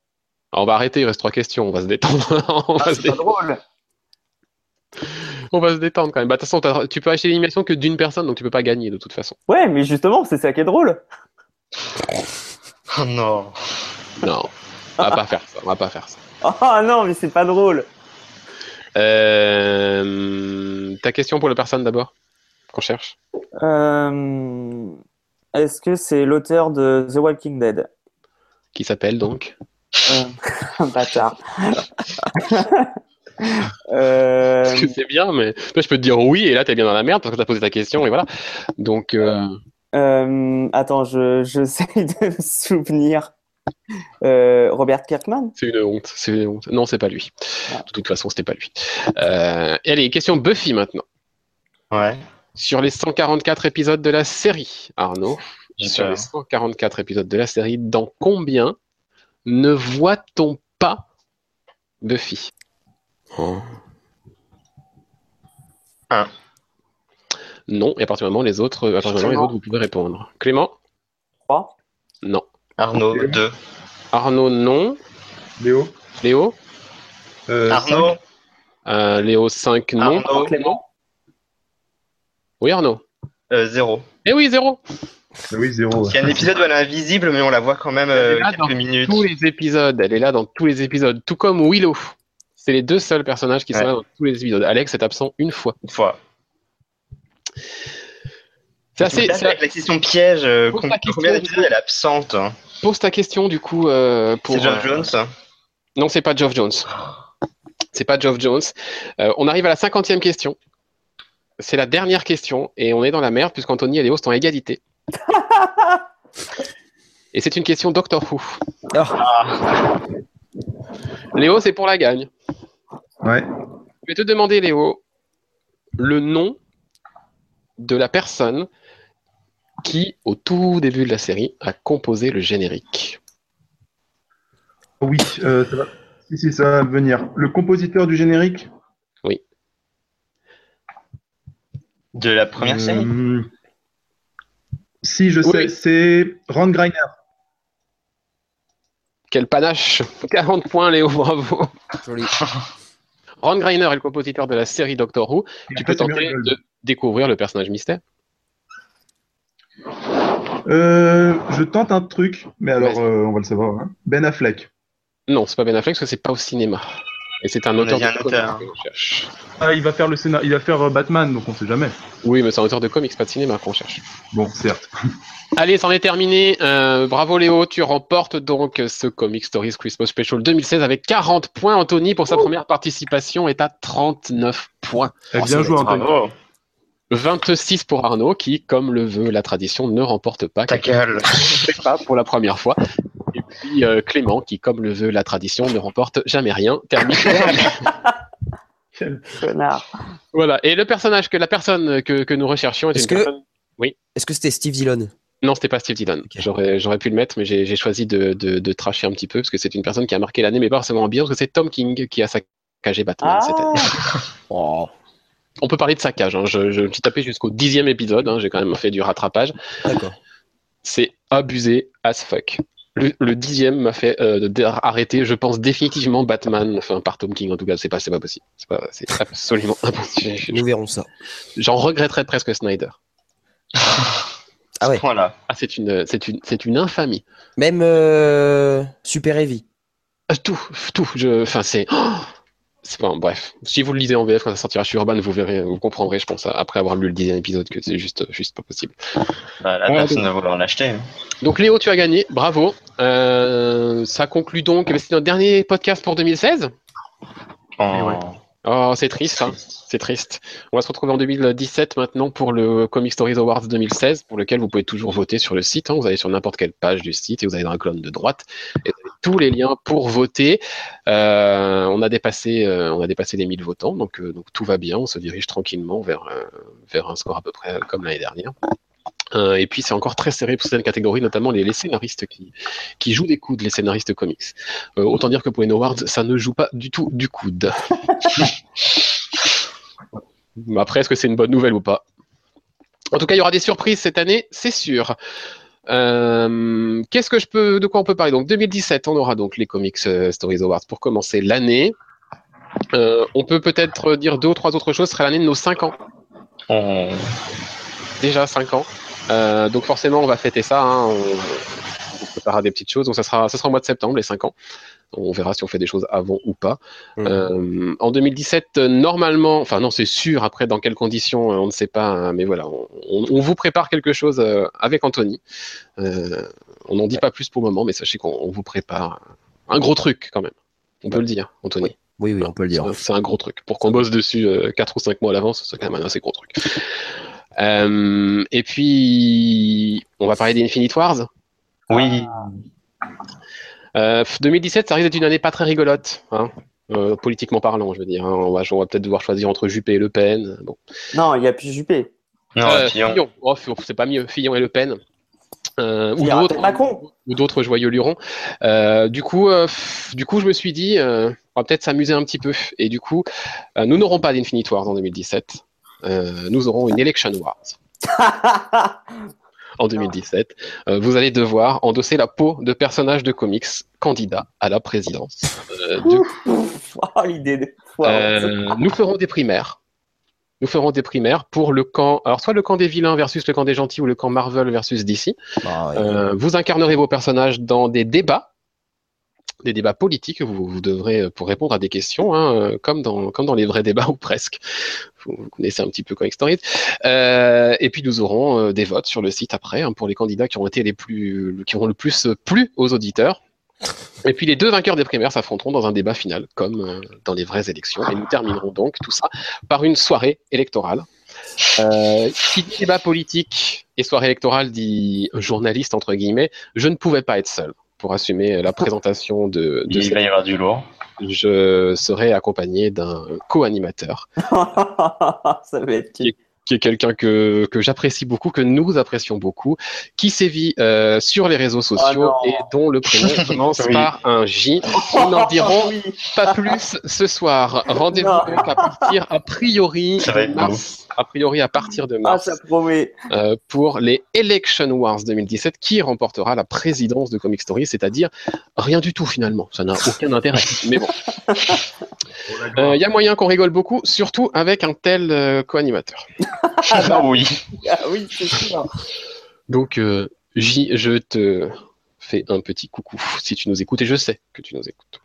Speaker 1: Ah, on va arrêter, il reste trois questions, on va se détendre. on, va
Speaker 4: Ah,
Speaker 1: se
Speaker 4: C'est pas drôle.
Speaker 1: dé- on va se détendre quand même. Bah, de toute façon, t'as- tu peux acheter l'élimination que d'une personne, donc tu peux pas gagner de toute façon.
Speaker 4: Ouais, mais justement, c'est ça qui est drôle.
Speaker 2: Oh non.
Speaker 1: Non, on va pas faire ça. On va pas faire ça.
Speaker 4: Ah non, mais c'est pas drôle.
Speaker 1: Euh, Ta question pour la personne d'abord qu'on cherche.
Speaker 4: Euh, Est-ce que c'est l'auteur de The Walking Dead
Speaker 1: Qui s'appelle donc
Speaker 4: Euh, Bâtard. Euh,
Speaker 1: Parce que c'est bien, mais toi je peux te dire oui, et là t'es bien dans la merde parce que t'as posé ta question, et voilà. Donc, euh,
Speaker 4: euh, attends, je j'essaie de me souvenir. Euh, Robert Kirkman
Speaker 1: c'est une honte. C'est une honte. Non, c'est pas lui.
Speaker 4: Ah.
Speaker 1: De toute façon, c'était pas lui. Euh, et allez, question Buffy maintenant.
Speaker 2: Ouais.
Speaker 1: Sur les 144 épisodes de la série, Arnaud,
Speaker 2: J'ai
Speaker 1: sur
Speaker 2: peur.
Speaker 1: les 144 épisodes de la série, dans combien ne voit-on pas Buffy
Speaker 2: Un.
Speaker 1: Non, et à partir du moment, les autres, à partir du moment, les
Speaker 4: Clément.
Speaker 1: autres, vous pouvez répondre. Clément
Speaker 4: 3
Speaker 1: Non.
Speaker 2: Arnaud,
Speaker 6: Ok.
Speaker 2: 2.
Speaker 1: Arnaud, non.
Speaker 6: Léo.
Speaker 1: Léo
Speaker 6: Euh,
Speaker 2: Arnaud,
Speaker 1: Euh, Léo, 5, non.
Speaker 2: Arnaud.
Speaker 1: Clément Oui, Arnaud.
Speaker 2: 0.
Speaker 1: Eh oui, zéro
Speaker 6: cinq. Bah Oui, zéro.
Speaker 2: Il euh, y a un épisode où elle est invisible, mais on la voit quand même euh,
Speaker 1: Elle est là
Speaker 2: quelques
Speaker 1: dans
Speaker 2: minutes.
Speaker 1: tous les épisodes. Elle est là dans tous les épisodes, tout comme Willow. C'est les deux seuls personnages qui sont
Speaker 2: Ouais.
Speaker 1: là dans tous les épisodes. Alex est absent une fois.
Speaker 2: Une fois.
Speaker 1: C'est assez.
Speaker 2: Là,
Speaker 1: c'est-
Speaker 2: avec la question piège, euh,
Speaker 1: Pose
Speaker 2: com-
Speaker 1: ta question,
Speaker 2: combien
Speaker 1: du
Speaker 2: d'épisodes
Speaker 1: coup.
Speaker 2: elle est absente hein
Speaker 1: Pose ta question du coup euh, pour.
Speaker 2: C'est John
Speaker 1: euh,
Speaker 2: Jones hein
Speaker 1: Non, c'est pas Geoff Jones. C'est pas Geoff Jones. Euh, on arrive à la cinquantième question. C'est la dernière question et on est dans la merde puisqu'Anthony et Léo sont à égalité. et c'est une question Doctor Who.
Speaker 3: Ah,
Speaker 1: Léo, c'est pour la gagne.
Speaker 6: Ouais.
Speaker 1: Je vais te demander, Léo, le nom de la personne qui, au tout début de la série, a composé le générique.
Speaker 6: Oui, euh, ça va. Si, si, ça va venir. Le compositeur du générique
Speaker 2: de la première série.
Speaker 6: Euh, Si, je sais,
Speaker 1: Oui.
Speaker 6: c'est Ron Griner.
Speaker 1: Quel panache 40 points, Léo, bravo
Speaker 3: joli.
Speaker 1: Ron Greiner est le compositeur de la série Doctor Who. Tu peux tenter de découvrir le personnage mystère.
Speaker 6: Euh, je tente un truc, mais alors
Speaker 1: Vas-y.
Speaker 6: euh, on va le savoir. hein. Ben Affleck.
Speaker 1: Non, c'est pas Ben Affleck parce que c'est pas au cinéma. Et c'est un
Speaker 2: On a
Speaker 1: auteur
Speaker 2: dit
Speaker 1: de
Speaker 2: un
Speaker 1: comics
Speaker 2: auteur.
Speaker 1: que l'on cherche.
Speaker 5: Ah, il va faire le scénar, il va faire euh, Batman, donc on sait jamais.
Speaker 1: Oui, mais c'est un auteur de comics, pas de cinéma qu'on cherche.
Speaker 6: Bon, certes.
Speaker 1: Allez, c'en est terminé. Euh, bravo Léo, tu remportes donc ce Comic Stories Christmas Special 2016 avec 40 points. Anthony, pour sa première participation, est à 39 points.
Speaker 5: Eh,
Speaker 3: Oh, ça
Speaker 5: bien
Speaker 3: va
Speaker 5: joué,
Speaker 3: être
Speaker 5: Anthony.
Speaker 1: 26 pour Arnaud, qui, comme le veut la tradition, ne remporte pas,
Speaker 2: Ta
Speaker 1: quelque
Speaker 2: gueule.
Speaker 1: chose pas pour la première fois. Et puis euh, Clément, qui, comme le veut la tradition, ne remporte jamais rien, termine.
Speaker 4: Connard.
Speaker 1: voilà. Et le personnage que la personne que, que nous recherchions est
Speaker 3: Est-ce
Speaker 1: une
Speaker 3: que-
Speaker 1: personne-
Speaker 3: Est-ce que c'était Steve Dillon
Speaker 1: Non, c'était pas Steve Dillon. J'aurais, j'aurais pu le mettre, mais j'ai, j'ai choisi de, de, de tracher un petit peu, parce que c'est une personne qui a marqué l'année, mais pas forcément en bien, parce que c'est Tom King qui a saccagé Batman
Speaker 4: Ah,
Speaker 1: hein, cette année.
Speaker 3: Oh.
Speaker 1: On peut parler de saccage. Hein. Je, je me suis tapé jusqu'au dixième épisode. hein. J'ai quand même fait du rattrapage.
Speaker 3: D'accord.
Speaker 1: C'est abusé as fuck. Le, le dixième m'a fait euh, dé- arrêter, je pense définitivement Batman, enfin par Tom King en tout cas, c'est pas, c'est pas possible. C'est, pas- c'est absolument impossible. Je-
Speaker 3: Nous verrons ça.
Speaker 1: J'en regretterais presque Snyder.
Speaker 3: Ah ouais.
Speaker 2: Voilà.
Speaker 1: Ah, c'est une, c'est une, c'est une infamie.
Speaker 3: Même euh, Super Heavy.
Speaker 1: Ah, Tout, tout. je- Enfin, c'est. oh c'est bon, bref. Si vous le lisez en VF quand ça sortira chez Urban, vous verrez, vous comprendrez, je pense, après avoir lu le dixième épisode, que c'est juste, juste pas possible.
Speaker 2: Bah, là,
Speaker 1: Ouais,
Speaker 2: personne ne voulait en acheter. hein.
Speaker 1: Donc Léo, tu as gagné, bravo. Euh, ça conclut donc, eh ben, c'est notre dernier podcast pour 2016.
Speaker 2: En-
Speaker 5: ouais.
Speaker 1: Oh, c'est triste, hein. c'est triste. On va se retrouver en 2017 maintenant pour le Comic Stories Awards 2016, pour lequel vous pouvez toujours voter sur le site. hein. Vous allez sur n'importe quelle page du site et vous allez dans la colonne de droite et vous avez tous les liens pour voter. Euh, on a dépassé, euh, on a dépassé les 1000 votants, donc, euh, donc tout va bien. On se dirige tranquillement vers, euh, vers un score à peu près euh, comme l'année dernière. Euh, et puis c'est encore très serré pour certaines catégories, notamment les, les scénaristes qui, qui jouent des coudes, les scénaristes comics. Euh, autant dire que pour les Awards, ça ne joue pas du tout du coude. Mais Après, est-ce que c'est une bonne nouvelle ou pas En tout cas, il y aura des surprises cette année, c'est sûr. Euh, Qu'est-ce que je peux, de quoi on peut parler Donc 2017, on aura donc les Comics euh, Stories Awards pour commencer l'année. Euh, on peut peut-être dire deux ou trois autres choses. Ce sera l'année de nos 5 ans
Speaker 2: On-
Speaker 1: déjà 5 ans. Euh, donc forcément, on va fêter ça. hein. On, on préparera des petites choses. Donc ça sera, ça sera au mois de septembre, les 5 ans. On verra si on fait des choses avant ou pas.
Speaker 3: Mhm.
Speaker 1: Euh, en 2017, euh, normalement, enfin non, c'est sûr, après dans quelles conditions, euh, on ne sait pas, hein, mais voilà, on, on- on vous prépare quelque chose euh, avec Anthony. Euh, on n'en dit pas plus pour le moment, mais sachez qu'on on vous prépare un gros truc quand même. On peut le dire, Anthony.
Speaker 3: Oui, oui, on peut le dire.
Speaker 1: C'est un- C'est un gros truc. Pour qu'on bosse dessus 4 ou 5 mois à l'avance, c'est quand même un assez gros truc. Euh, et puis, on va parler d'Infinite Wars.
Speaker 2: Oui.
Speaker 1: Ah. Euh, 2017, ça risque d'être une année pas très rigolote, hein, euh, politiquement parlant, je veux dire. hein. On va, on va peut-être devoir choisir entre Juppé et Le Pen. Bon.
Speaker 4: Non, il n'y a plus Juppé.
Speaker 2: Non,
Speaker 1: Euh,
Speaker 2: et puis on-
Speaker 1: Oh, Fillon, c'est pas mieux. Fillon et Le Pen. Euh,
Speaker 4: Il
Speaker 1: ou
Speaker 4: y aura
Speaker 1: d'autres.
Speaker 4: peut-être Macron.
Speaker 1: ou d'autres joyeux lurons. Euh, du coup, euh, pff, du coup, je me suis dit, euh, on va peut-être s'amuser un petit peu. Et du coup, euh, nous n'aurons pas d'Infinite Wars en 2017. Euh, nous aurons une Election Wars en 2017. Euh, vous allez devoir endosser la peau de personnages de comics candidats à la présidence. Euh, du
Speaker 4: oh, l'idée de. Wow.
Speaker 1: euh, nous ferons des primaires. Nous ferons des primaires pour le camp. Alors, soit le camp des vilains versus le camp des gentils ou le camp Marvel versus DC.
Speaker 3: Bah, ouais.
Speaker 1: Euh, vous incarnerez vos personnages dans des débats, des débats politiques. Vous, vous devrez, euh, pour répondre à des questions, hein, euh, comme, dans, comme dans les vrais débats ou presque. Vous, vous connaissez un petit peu Comic Stories. Euh, et puis nous aurons euh, des votes sur le site après hein, pour les candidats qui ont été les plus, qui ont le plus euh, plu aux auditeurs. Et puis les deux vainqueurs des primaires s'affronteront dans un débat final, comme euh, dans les vraies élections. Et nous terminerons donc tout ça par une soirée électorale. Euh, qui dit débat politique et soirée électorale dit journaliste entre guillemets, je ne pouvais pas être seul pour assumer la présentation de, de
Speaker 2: il va y avoir du lourd.
Speaker 1: cette- Je serai accompagné d'un co-animateur
Speaker 4: ça va être qui
Speaker 1: qui est quelqu'un que, que j'apprécie beaucoup, que nous apprécions beaucoup, qui sévit euh, sur les réseaux sociaux
Speaker 4: non.
Speaker 1: et dont le prénom commence
Speaker 2: Oui.
Speaker 1: par un J. Nous n'en
Speaker 4: Ah
Speaker 1: dirons pas plus ce soir. Rendez-vous
Speaker 4: Non.
Speaker 1: donc à partir, a priori,
Speaker 2: Ça va
Speaker 1: de
Speaker 2: être
Speaker 1: mars, a priori à partir de
Speaker 4: Ah,
Speaker 1: mars
Speaker 4: ça promet.
Speaker 1: euh, pour les Election Wars 2017, qui remportera la présidence de Comic Story, c'est-à-dire rien du tout finalement. Ça n'a aucun intérêt. Mais bon, il y a moyen qu'on rigole beaucoup, surtout avec un tel euh, co-animateur.
Speaker 2: Ah bah oui.
Speaker 4: Ah oui, c'est sûr.
Speaker 1: Donc, euh, J, je te fais un petit coucou si tu nous écoutes, et je sais que tu nous écoutes.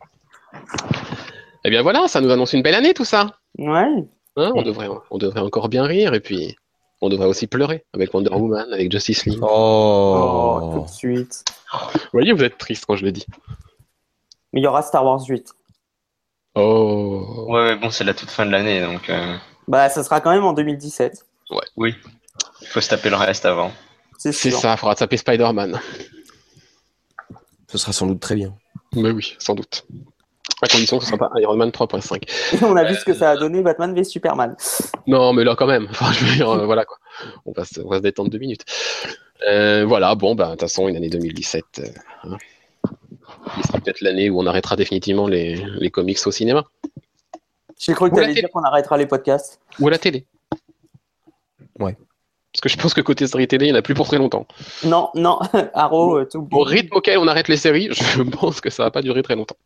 Speaker 1: Eh bien voilà, ça nous annonce une belle année tout ça.
Speaker 4: Ouais.
Speaker 1: Hein, on, devrait, on devrait encore bien rire, et puis on devrait aussi pleurer avec Wonder Woman, avec Justice League. Mm. Vous
Speaker 4: Oh, tout
Speaker 3: Oh.
Speaker 4: de suite.
Speaker 1: voyez, vous êtes triste quand je le dis.
Speaker 4: Mais il y aura Star Wars 8.
Speaker 1: Oh.
Speaker 2: Ouais, mais bon, c'est la toute fin de l'année, donc euh,
Speaker 4: Bah, ça sera quand même en 2017.
Speaker 2: faut se taper le reste avant.
Speaker 4: C'est
Speaker 1: C'est
Speaker 4: sûr.
Speaker 1: ça, faudra taper Spider-Man.
Speaker 3: Ce sera sans doute très bien.
Speaker 1: Mais oui, sans doute. À condition que ce ne soit pas Iron Man 3.5.
Speaker 4: On a vu ce
Speaker 1: Euh,
Speaker 4: que ça a donné Batman v Superman.
Speaker 1: Non, mais là quand même. Enfin, je veux dire, euh, voilà quoi. On va, se, on va se détendre deux minutes. Euh, voilà, bon, bah, de toute façon, une année 2017. euh, hein. Et C'est peut-être l'année où on arrêtera définitivement les, les comics au cinéma.
Speaker 4: J'ai cru que
Speaker 1: Ou la
Speaker 4: t'allais
Speaker 1: télé.
Speaker 4: dire qu'on arrêtera les podcasts.
Speaker 1: Ou à la télé.
Speaker 3: Ouais.
Speaker 1: Parce que je pense que côté série télé, il n'y en a plus pour très longtemps.
Speaker 4: Non, non, Arrow, euh, tout.
Speaker 1: Au rythme auquel on arrête les séries, je pense que ça va pas durer très longtemps.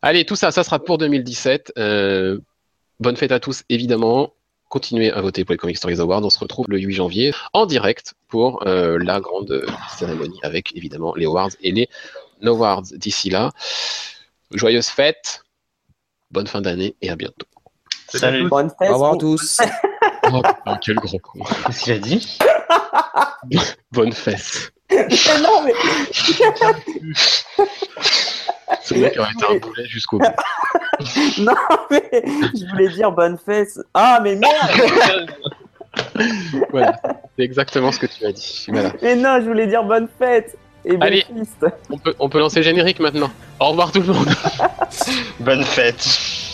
Speaker 1: Allez, tout ça, ça sera pour 2017. Euh, bonne fête à tous, évidemment. Continuez à voter pour les Comic Stories Awards. On se retrouve le 8 janvier en direct pour euh, la grande euh, cérémonie avec évidemment les awards et les no awards. D'ici là, joyeuses fêtes, bonne fin d'année et à bientôt.
Speaker 2: Salut.
Speaker 4: Bonne fête.
Speaker 3: Au revoir à
Speaker 4: bon-
Speaker 3: tous.
Speaker 1: Oh, putain, quel gros con.
Speaker 2: Qu'est-ce qu'il a dit
Speaker 1: Bonne fête.
Speaker 4: Mais non, mais
Speaker 1: Ce mec aurait été un boulet jusqu'au bout.
Speaker 4: Mais je voulais dire bonne fesse. Ah, mais merde
Speaker 1: Voilà, c'est exactement ce que tu as dit. Voilà.
Speaker 4: Mais non, je voulais dire bonne fête Et bonne
Speaker 1: Allez.
Speaker 4: fiste
Speaker 1: On peut, on peut lancer le générique maintenant. Au revoir tout le monde.
Speaker 2: Bonne fête.